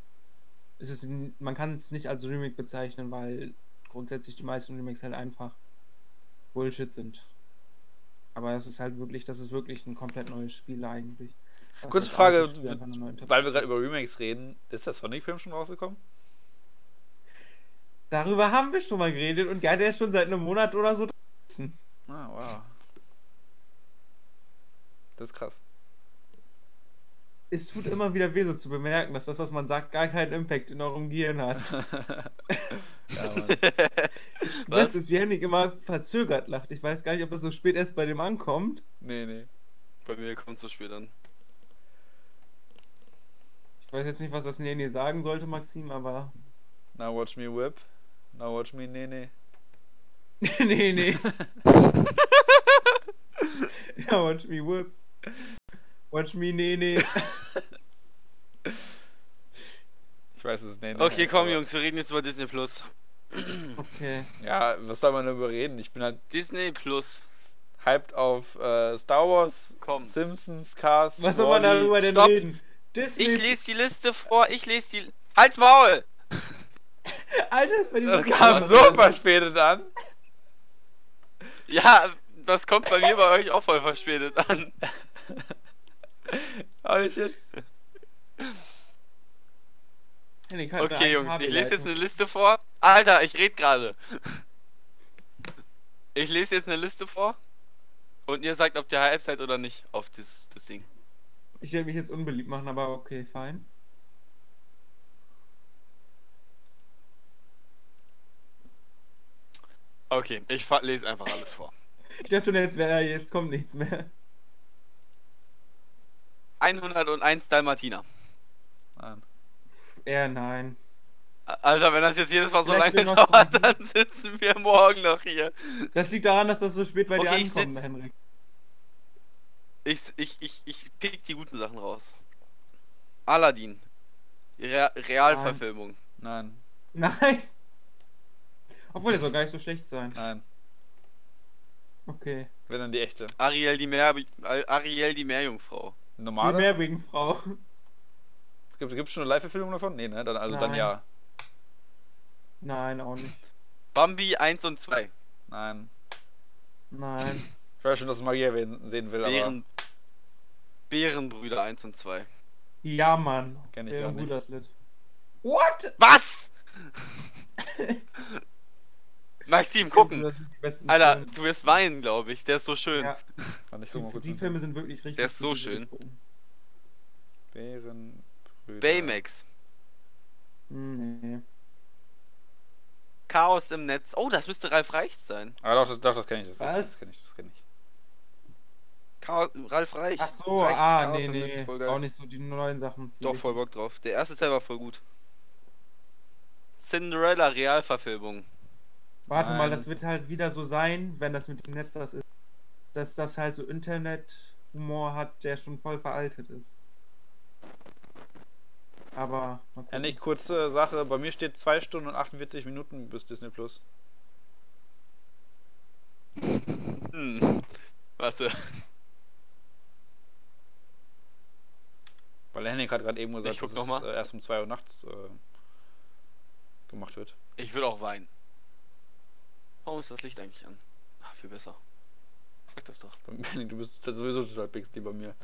A: Es ist, n- man kann es nicht als Remake bezeichnen, weil grundsätzlich die meisten Remakes halt einfach Bullshit sind. Aber es ist halt wirklich, das ist wirklich ein komplett neues Spiel eigentlich. Das
C: Kurze
A: ist
C: Frage,
A: alles ein Spiel, einfach nur neu interpretiert.
C: Weil wir gerade über Remakes reden, ist der Sonic-Film schon rausgekommen?
A: Darüber haben wir schon mal geredet und ja, der ist schon seit einem Monat oder so draußen.
C: Ah, wow. Das ist krass.
A: Es tut immer wieder weh, so zu bemerken, dass das, was man sagt, gar keinen Impact in eurem Gehirn hat.
C: Ja, Mann.
A: Du weißt, dass Janik immer verzögert lacht. Ich weiß gar nicht, ob das so spät erst bei dem ankommt.
C: nee, nee.
B: Bei mir kommt so spät an.
A: Ich weiß jetzt nicht, was das Nene sagen sollte, Maxim, aber.
C: Now watch me whip. Now watch me nee, nee.
A: nee, nee. ja, watch me whip. Watch me Nene.
C: Ich weiß, es ist nee, nee.
B: Okay,
C: heißt,
B: komm
C: aber-
B: Jungs, wir reden jetzt über Disney Plus.
A: Okay.
C: Ja, was soll man darüber reden? Ich bin halt
B: Disney Plus.
C: hyped auf äh, Star Wars,
B: Komm.
C: Simpsons, Cars.
A: Was soll man
C: Wall-E.
A: darüber denn
C: Stopp.
A: reden? Disney.
B: Ich lese die Liste vor, ich lese die. Halt's Maul!
A: Alter, das war die
C: Das kam so verspätet an.
B: Ja, das kommt bei mir bei euch auch voll verspätet an.
C: Aber ich jetzt.
A: Janik hat da
B: Okay,
A: einen
B: Jungs, ich lese jetzt
A: Kabelleitung.
B: eine Liste vor. Alter, ich red gerade. Ich lese jetzt eine Liste vor. Und ihr sagt, ob ihr hype seid oder nicht auf das, das Ding.
A: Ich werde mich jetzt unbeliebt machen, aber okay, fein.
B: Okay, ich fa- lese einfach alles vor.
A: Ich dachte schon, jetzt, wär, jetzt kommt nichts mehr.
B: 101 Dalmatiner.
C: Mann.
A: Eher nein.
B: Alter, wenn das jetzt jedes Mal so
A: Vielleicht
B: lange
A: will noch
B: dauert,
A: so-
B: dann sitzen wir morgen noch hier.
A: Das liegt daran, dass das so spät bei
B: Okay,
A: dir
B: ich
A: ankommt,
B: sitz-
A: Henrik.
B: Ich, ich, ich, ich pick die guten Sachen raus. Aladdin. Re Realverfilmung.
C: Nein,
A: Nein. Obwohl, der soll gar nicht so schlecht sein.
C: nein.
A: Okay.
C: Wenn dann die echte.
B: Ariel die, Meer, Ariel die Meerjungfrau.
A: Die
C: Normale?
A: Meerregenfrau.
C: Es gibt gibt's schon eine Live-Verfilmung davon? Nee, ne? Dann, also dann
A: Nein.
C: ja.
A: Nein, auch nicht.
B: Bambi 1 und 2.
C: Nein.
A: Nein.
C: Ich weiß schon, dass Maria wen- sehen will, aber.
B: Bären, Bärenbrüder 1 und 2.
A: Ja, Mann.
C: Kenn ich
A: Wäre
C: gar
A: ein
C: nicht.
A: guter Slit. What?
B: Was? Maxim, gucken.
A: Das sind die besten
B: Alter,
A: Filme.
B: du wirst weinen, glaube ich. Der ist so schön.
A: Ja,
C: Warte, ich guck mal
A: die,
C: kurz.
A: die Filme sind wirklich richtig.
B: Der ist so
A: gut,
B: schön.
A: wirklich gut.
C: Bärenbrüder.
B: Baymax.
A: Hm, Nee.
B: Chaos im Netz. Oh, das müsste Ralf Reichs sein.
C: Ah, doch, das, doch, das kenne ich. Das, das, das
A: Was?
C: kenne ich, das kenne ich.
B: Chaos, Ralf Reichs.
A: Ach so,
B: Reichs
A: ah,
B: Chaos
A: nee,
B: im Netz,
A: nee.
B: voll geil.
A: Auch nicht so die neuen Sachen.
B: Doch, voll Bock drauf. Der erste Teil war voll gut. Cinderella Realverfilmung.
A: Warte mal,
C: Nein.
A: das wird halt wieder so sein, wenn das mit dem Netz das ist, dass das halt so Internet-Humor hat, der schon voll veraltet ist. Aber mal gucken.
C: Endlich kurze Sache. Bei mir steht 2 Stunden und 48 Minuten bis Disney Plus.
B: Hm. Warte.
C: Weil Henning hat gerade eben gesagt,
B: Ich guck
C: dass
B: noch
C: es
B: mal.
C: äh, erst um 2 Uhr nachts äh, gemacht wird.
B: Ich will auch weinen. Warum ist das Licht eigentlich an? Ah, viel besser. Sag das doch.
C: Henning, du bist sowieso total pixel bei mir.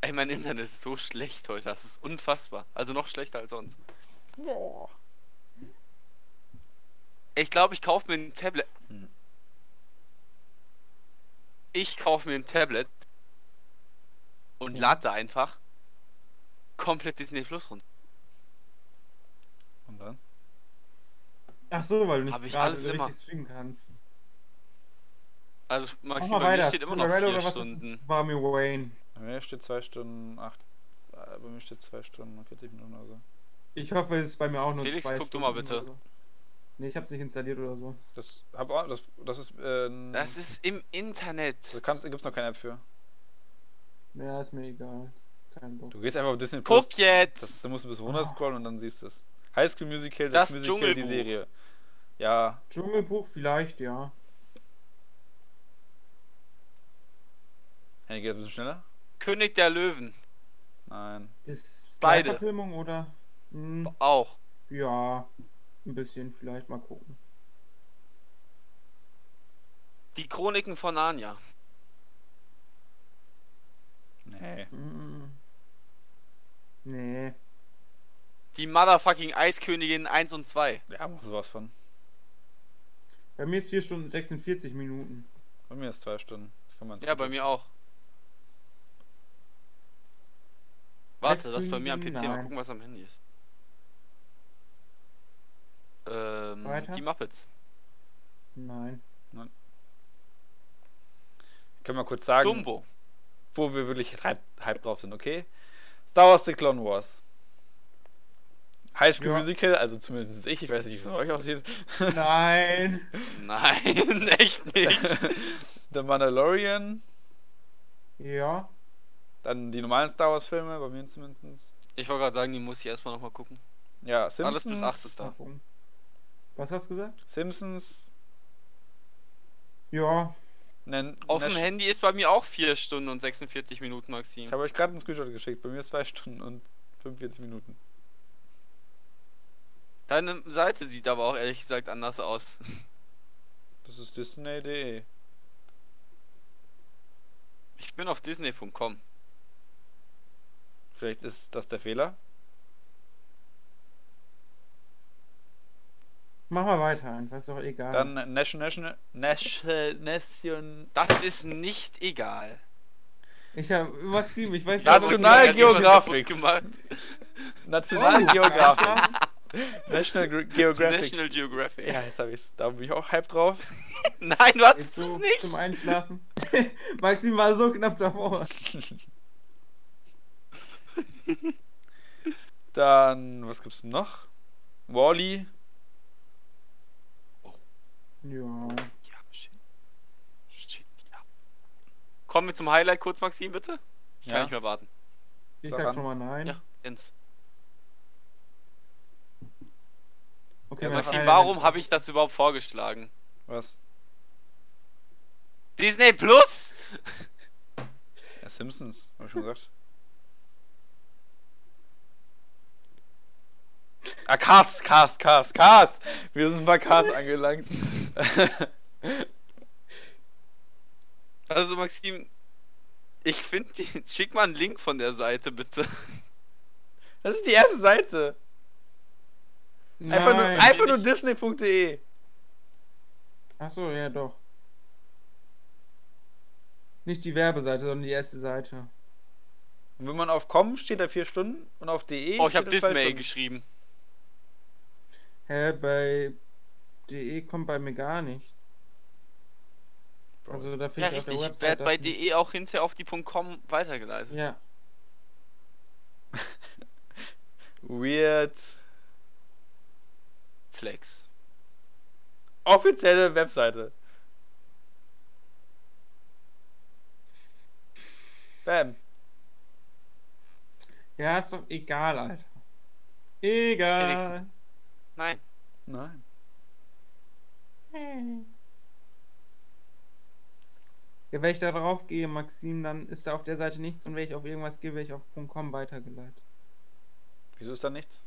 B: Ey, mein Internet ist so schlecht heute. Das ist unfassbar. Also noch schlechter als sonst.
C: Boah.
B: Ich glaube, ich kaufe mir ein Tablet.
C: Hm.
B: Ich kaufe mir ein Tablet und lade da einfach komplett Disney Plus runter.
C: Und dann?
A: Ach so, weil du
B: Hab
A: nicht
B: ich
A: gerade
B: alles
A: so
B: immer.
A: richtig streamen kannst.
B: Also
A: Mach
B: Maxi,
A: mal
B: bei mir
A: weiter.
B: steht immer noch
A: Cinderella
B: vier
A: oder was
B: Stunden.
A: ist das? War mir Wayne.
C: Bei mir steht 2 Stunden 8. Bei mir steht 2 Stunden und 40 Minuten oder so.
A: Ich hoffe, es ist bei mir auch nur
B: Felix,
A: zwei
B: guck du
A: Stunden
B: mal bitte.
A: oder So. Nee, ich hab's nicht installiert oder so.
C: Das, hab auch, das, das ist. Ähm,
B: Das ist im Internet.
C: da kannst, gibt's noch keine App für.
A: Ja, ist mir egal. Kein Bock.
C: Du gehst einfach auf Disney Plus.
B: Guck
C: Das,
B: jetzt!
C: du musst ein bisschen runterscrollen und dann siehst du es. High School Musical,
B: Ah. Das
C: das, Musical, die
B: Dschungelbuch.
C: Serie. Ja,
A: Dschungelbuch vielleicht, ja.
C: Henning, geht das ein bisschen schneller?
B: König der Löwen.
C: Nein.
A: Das
B: Beide.
A: Verfilmung oder? Hm,
B: Auch.
A: ja, ein bisschen vielleicht. Mal gucken.
B: Die Chroniken von Narnia.
C: Nee.
A: Hm. Nee.
B: Die Motherfucking Eiskönigin 1 und 2.
C: Ja, mach sowas von.
A: Bei mir ist 4 Stunden 46 Minuten.
C: Bei mir ist zwei Stunden. Kann man
B: Ja, bei mir auch. Warte, das ist bei mir am PC. Mal
A: Nein.
B: gucken, was am Handy ist. Ähm,
A: Weiter?
B: die Muppets.
A: Nein.
C: Können wir kurz sagen,
B: Dumbo.
C: wo wir wirklich hype, hype drauf sind, okay? Star Wars The Clone Wars. High School
A: Ja.
C: Musical, also zumindest ich, ich weiß nicht, wie es bei euch aussieht.
A: Nein.
B: Nein, echt nicht.
C: The Mandalorian,
A: Ja.
C: dann die normalen Star Wars Filme, bei mir zumindest.
B: Ich wollte gerade sagen, die muss ich erstmal nochmal gucken.
C: Ja,
B: Alles bis
C: Simpsons.
B: 8 ist
A: Mal
B: da.
A: gucken. Was hast du gesagt?
C: Simpsons.
A: Ja.
C: Nen,
B: Auf dem
C: Nash-
B: Handy ist bei mir auch 4 Stunden und 46 Minuten, Maxim.
C: Ich habe euch gerade einen Screenshot geschickt, bei mir ist zwei Stunden und 45 Minuten.
B: Deine Seite sieht aber auch ehrlich gesagt anders aus.
C: Das ist Disney.de.
B: Ich bin auf disney.com.
C: Vielleicht ist das der Fehler.
A: Mach mal weiter einfach, ist doch egal.
C: Dann National, National, National, Nation,
B: Das ist nicht egal.
A: ich habe überziehen, ich weiß
C: Dazu
A: nicht.
B: National Geographic
C: Nationalgeographic.
B: gemacht.
C: National Geographic. National Ge- Geographic.
B: National Geographic.
C: Ja, jetzt hab ich's. Da bin ich auch hype drauf.
B: Nein, du hast
A: Jetzt
B: es
A: so
B: nicht.
A: zum Einschlafen. Maxim war so knapp davor.
C: Dann, was gibt's denn noch? Wally.
A: Ja.
B: Ja, shit. Shit, ja. Kommen wir zum Highlight kurz, Maxim, bitte? Ich kann
C: Ja.
B: nicht mehr warten.
A: Ich
C: Sag
A: sag
C: an.
A: schon mal nein.
B: Ja, ins.
A: Okay,
B: Ja,
A: mein
B: Maxim,
A: Highlight.
B: warum habe ich das überhaupt vorgeschlagen?
C: Was?
B: Disney Plus!
C: Ja, Simpsons, hab ich schon gesagt. Ah, Cars, Cars, Cars, Cars! Wir sind bei Cars angelangt.
B: Also, Maxim, ich finde, die- schick mal einen Link von der Seite, bitte.
C: Das ist die erste Seite. Einfach nur,
A: Nein.
C: einfach nur disney.de.
A: Achso, ja doch. Nicht die Werbeseite, sondern die erste Seite.
C: Und wenn man auf com steht, da vier Stunden und auf de.
B: Oh, ich habe
C: steht da zwei
B: Disney
C: Stunden.
B: geschrieben.
A: Hä, bei DE kommt bei mir gar nichts. Also da
B: Ja,
A: fehlt auf
B: richtig.
A: der
B: Ich
A: Website.
B: werd
A: das
B: bei E.
A: nicht.
B: DE auch hinterher auf die .com weitergeleitet.
A: Ja.
C: Weird.
B: Flex.
C: Offizielle Webseite. Bam.
A: Ja, ist doch egal, Alter. Egal.
B: Nein.
C: Nein.
A: Ja, wenn ich da drauf gehe, Maxim, dann ist da auf der Seite nichts und wenn ich auf irgendwas gehe, werde ich auf .com weitergeleitet.
C: Wieso ist da nichts?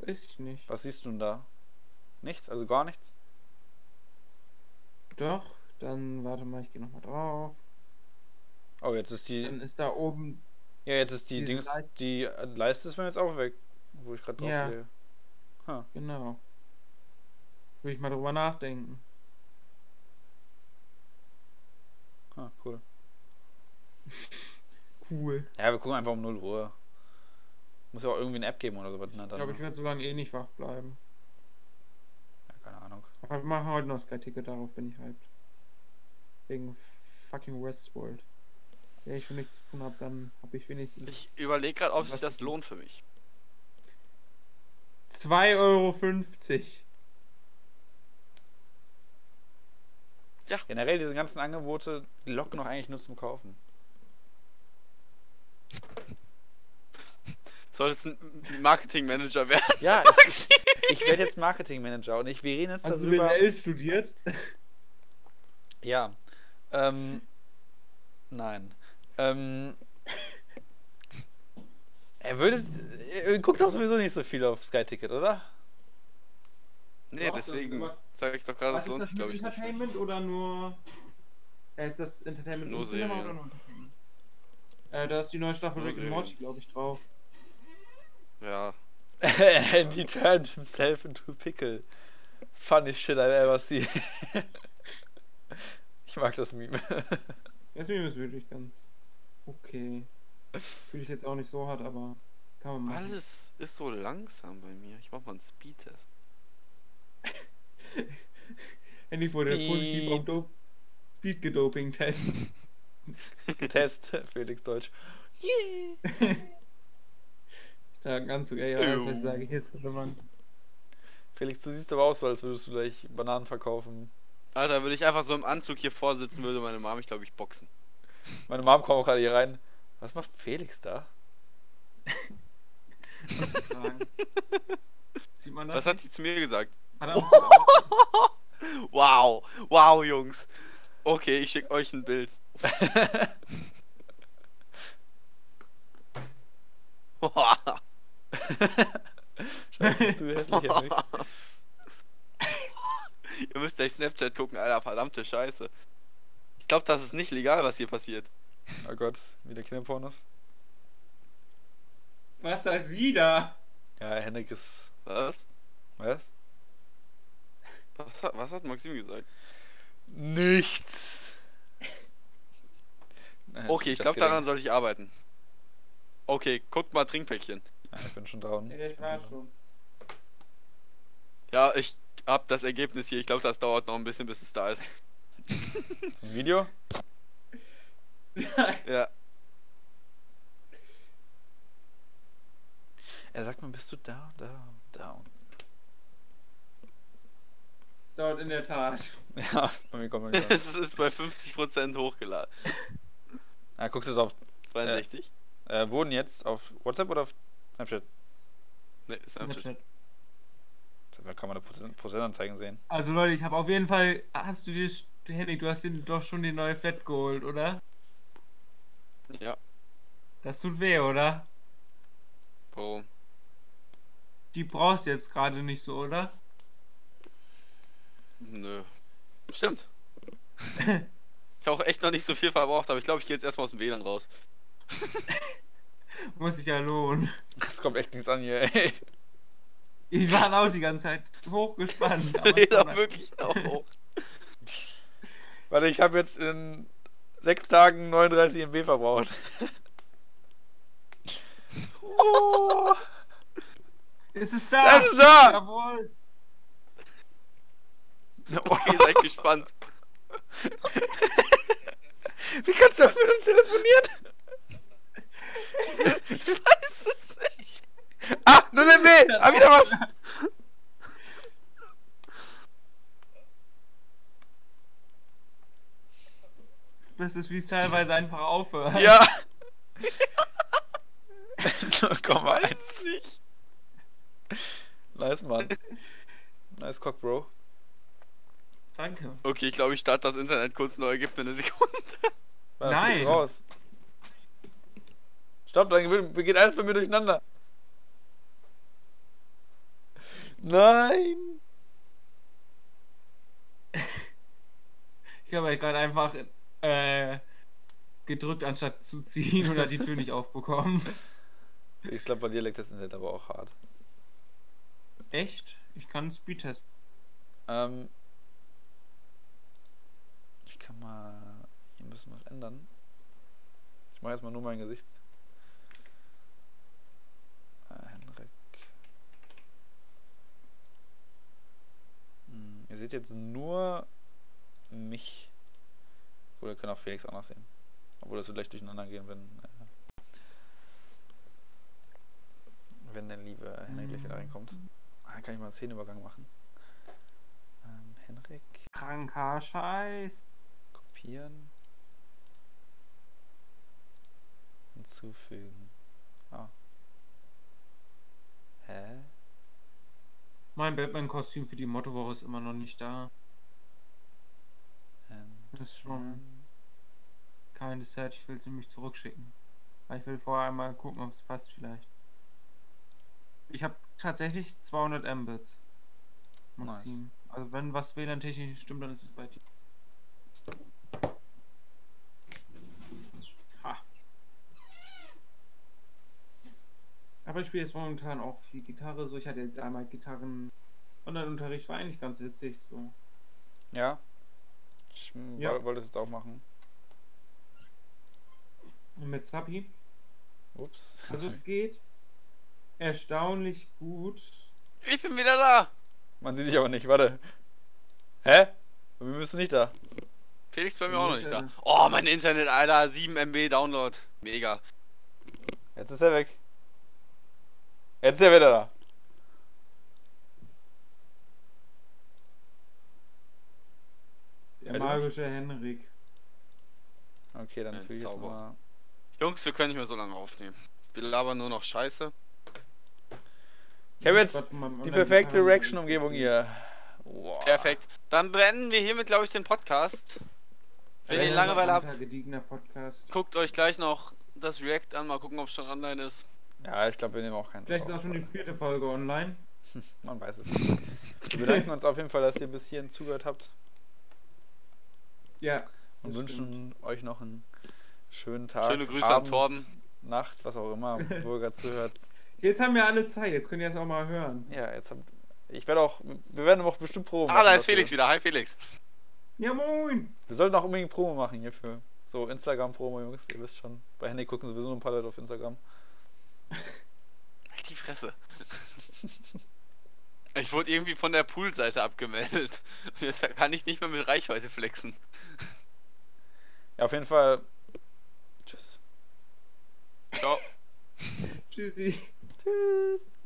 A: Weiß ich nicht.
C: Was siehst du denn da? Nichts? Also gar nichts?
A: Doch, dann warte mal, ich gehe nochmal drauf.
C: Oh, jetzt ist die.
A: Dann ist da oben
C: Ja, jetzt ist die
A: diese
C: Dings.
A: Leiste.
C: Die äh, Leiste ist mir jetzt auch weg. Wo ich gerade drauf
A: Ja.
C: gehe.
A: Genau. Würde ich mal drüber nachdenken.
C: Ah, cool.
A: Cool.
C: Ja, wir gucken einfach um 0 Uhr. Muss ja auch irgendwie eine App geben oder so. Na,
A: Ich
C: dann,
A: glaube, ich werde so lange eh nicht wach bleiben.
C: ja, keine Ahnung.
A: Aber wir machen heute noch Sky-Ticket, darauf bin ich hyped. Wegen fucking Westworld. Wenn ich schon nichts zu tun habe, dann habe ich wenigstens
B: Ich überlege gerade, ob sich
A: Was-
B: das lohnt für mich.
A: 2,50 Euro.
C: Generell diese ganzen Angebote die locken doch eigentlich nur zum Kaufen.
B: Solltest ein Marketingmanager werden.
C: Ja, ich, ich werde jetzt Marketingmanager und ich, wir reden jetzt
A: Hast du
C: darüber.
A: BWL studiert?
C: Ja. Ähm, nein. Ähm, er würde. Er guckt doch sowieso nicht so viel auf Sky Ticket, oder?
B: Nee,
A: Doch, das-
B: deswegen
A: aber-
B: sag ich doch gerade, das
A: Was ist
B: lohnt
A: das
B: sich,
A: mit
B: glaube ich, nicht.
A: Entertainment oder nur. Äh, ist das Entertainment
B: Nur
A: und Cinema
B: Serien.
A: oder nur Entertainment? Äh, da ist die neue Staffel
B: Nur
A: Rick and
B: Serien.
A: Morty, glaube ich, drauf.
B: Ja.
C: And he turned himself into a pickle. Funniest shit I've ever seen. ich mag das Meme.
A: Das Meme ist wirklich ganz okay. Fühle ich jetzt auch nicht so hart, aber kann man machen.
B: Alles ist so langsam bei mir. Ich mach mal einen Speedtest.
A: Endlich wurde
C: Speed.
A: positiv auf Dop Speed-Gedoping-Test.
C: Test, Felix Deutsch.
A: Starken Anzug, ey, alles, was
B: Ew.
A: ich sage, hier ist relevant.
C: Felix, du siehst aber auch so, als würdest du gleich Bananen verkaufen.
B: Alter, würde ich einfach so im Anzug hier vorsitzen, würde meine Mom mich, glaube ich, boxen.
C: Meine Mom kommt auch gerade hier rein. Was macht Felix da?
A: Was für Fragen. Sieht man das?
B: Das hat Oh. sie zu mir gesagt.
A: Hat er auch-
B: Wow. Wow, Jungs. Okay, ich schick euch ein Bild.
C: Scheiße, bist du hässlich, Henrik.
B: Ihr müsst euch Snapchat gucken, Alter, verdammte Scheiße. Ich glaube, das ist nicht legal, was hier passiert.
C: Oh Gott, wieder Kinderpornos.
A: Was heißt wieder?
C: Ja, Henrik ist.
B: Was?
C: Was?
B: Was hat, was hat Maxim gesagt?
C: Nichts. Naja,
B: Okay, ich
C: das
B: glaube,
C: geht
B: daran sollte ich arbeiten. Okay, guck mal Trinkpäckchen.
C: Ja, Ah, ich bin schon dran.
A: ich war schon.
B: Ja, ich hab das Ergebnis hier. Ich glaube, das dauert noch ein bisschen, bis es da ist.
C: Ist das ein Video?
B: Ja.
C: Er sagt mir, bist du down, down, down.
A: Es dauert in der Tat.
C: Ja, das ist bei mir kommt man
B: es ist bei 50% hochgeladen.
C: Ja, Ah, guckst du es auf Ja.
B: 62?
C: äh, Woden jetzt? Auf WhatsApp oder auf Snapchat?
B: Nee, Snapchat.
C: Da kann man da Prozent- Prozentanzeigen sehen.
A: Also Leute, ich habe auf jeden Fall. Hast du dir, Henning, du hast dir doch schon die neue Flat geholt, oder?
B: Ja.
A: Das tut weh, oder?
B: Warum?
A: Die brauchst du jetzt gerade nicht so, oder?
B: Nö. Stimmt. ich habe auch echt noch nicht so viel verbraucht, aber ich glaube, ich gehe jetzt erstmal aus dem WLAN raus.
A: Muss sich ja lohnen.
C: Das kommt echt nichts an hier, ey.
A: Ich war auch die ganze Zeit hochgespannt. aber es halt war
B: WLAN
A: dann-
B: wirklich auch hoch.
C: Weil ich habe jetzt in sechs Tagen 39 MB verbraucht. oh,
A: Es ist da!
C: Das ist da!
A: Jawohl!
B: Okay, seid gespannt.
C: wie kannst du da mit uns telefonieren?
B: Ich weiß es nicht.
C: Ah, 0 MB! Ah, wieder was!
A: Das ist, wie es teilweise einfach aufhört.
C: Ja!
B: Weiß
C: 0,1.
B: es nicht.
C: Nice, Mann. Nice Cock, Bro.
A: Danke.
B: Okay, ich glaube, ich starte das Internet kurz neu, gibt mir eine Sekunde.
C: Mann, dann fliegst du
A: Nein.
C: raus. Stopp, dann ge- geht alles bei mir durcheinander. Nein!
A: Ich habe halt gerade einfach äh, gedrückt, anstatt zu ziehen oder die Tür nicht aufbekommen.
C: Ich glaube, bei dir leckt das Internet aber auch hart.
A: Echt? Ich kann einen Speedtest.
C: Ähm. Ich kann mal hier ein bisschen was ändern. Ich mache jetzt mal nur mein Gesicht. Äh, Henrik. Hm, ihr seht jetzt nur mich. Oder können auch Felix auch noch sehen. Obwohl das wird gleich durcheinander gehen, wenn. Äh, wenn der liebe Henrik gleich wieder reinkommt. Ah, kann ich mal einen Szenenübergang machen. Ähm, Henrik,
A: Kranker Scheiß.
C: kopieren. Hinzufügen. Ah. Hä?
A: Mein Batman-Kostüm für die Mottowoche ist immer noch nicht da.
C: Ähm,
A: Das ist schon keine Set. halt, Ich will sie mich zurückschicken. Weil ich will vorher einmal gucken, ob es passt vielleicht. Ich habe tatsächlich 200 Mbits. Maxim. Also wenn was WLAN-technisch nicht stimmt, dann ist es bei dir. Ha. Aber ich spiele jetzt momentan auch viel Gitarre. So, ich hatte jetzt einmal Gitarren. Online-Unterricht war eigentlich ganz witzig. So.
C: ja. Ich m-
A: Ja.
C: woll- wollte es jetzt auch machen.
A: Und mit Zappi.
C: Ups.
A: Also es geht erstaunlich gut.
B: Ich bin wieder da.
C: Man sieht dich aber nicht, warte. Hä? Bei mir bist du nicht da.
B: Felix ist bei mir auch noch nicht da.
A: Internet.
B: Oh, mein Internet, Alter. 7 MB Download. Mega.
C: Jetzt ist er weg. Jetzt ist er wieder da.
A: Der
C: Also-
A: magische Henrik.
C: Okay, dann
B: Ein
C: füge ich jetzt
B: Zauber.
C: mal.
B: Jungs, wir können nicht mehr so lange aufnehmen. Wir labern nur noch Scheiße.
C: Ich habe jetzt
A: Gott, Mann, Mann,
C: die perfekte
A: kann-
C: Reaction-Umgebung hier. Wow.
B: Perfekt. Dann beenden wir hiermit, glaube ich, den Podcast. Wenn ihr
A: Ja,
B: Langeweile habt,
A: Gediegener Podcast.
B: guckt euch gleich noch das React an. Mal gucken, ob es schon online ist.
C: Ja, ich glaube, wir nehmen auch keinen
A: Vielleicht ist
C: drauf.
A: auch schon die vierte Folge online.
C: Man weiß es nicht. Wir bedanken uns auf jeden Fall, dass ihr bis hierhin zugehört habt
A: Ja.
C: und
A: das
C: wünschen euch noch einen schönen Tag.
B: Schöne Grüße an
C: Abends,
B: Torben.
C: Nacht, was auch immer, wo ihr gerade zuhört.
A: Jetzt haben wir alle Zeit, jetzt könnt ihr es auch mal hören.
C: Ja, jetzt habt Ich werde auch, wir werden auch bestimmt Promo machen.
B: Ah, da ist
C: dafür.
B: Felix wieder. Hi, Felix.
A: Ja, moin.
C: Wir sollten auch unbedingt Promo machen hierfür. So, Instagram-Promo, Jungs, ihr wisst schon. Bei Handy gucken sowieso nur ein paar Leute auf Instagram.
B: Halt die Fresse. Ich wurde irgendwie von der Poolseite abgemeldet. Und jetzt kann ich nicht mehr mit Reichweite flexen.
C: Ja, auf jeden Fall. Tschüss.
B: Ciao.
A: Tschüssi.
C: Tschüss.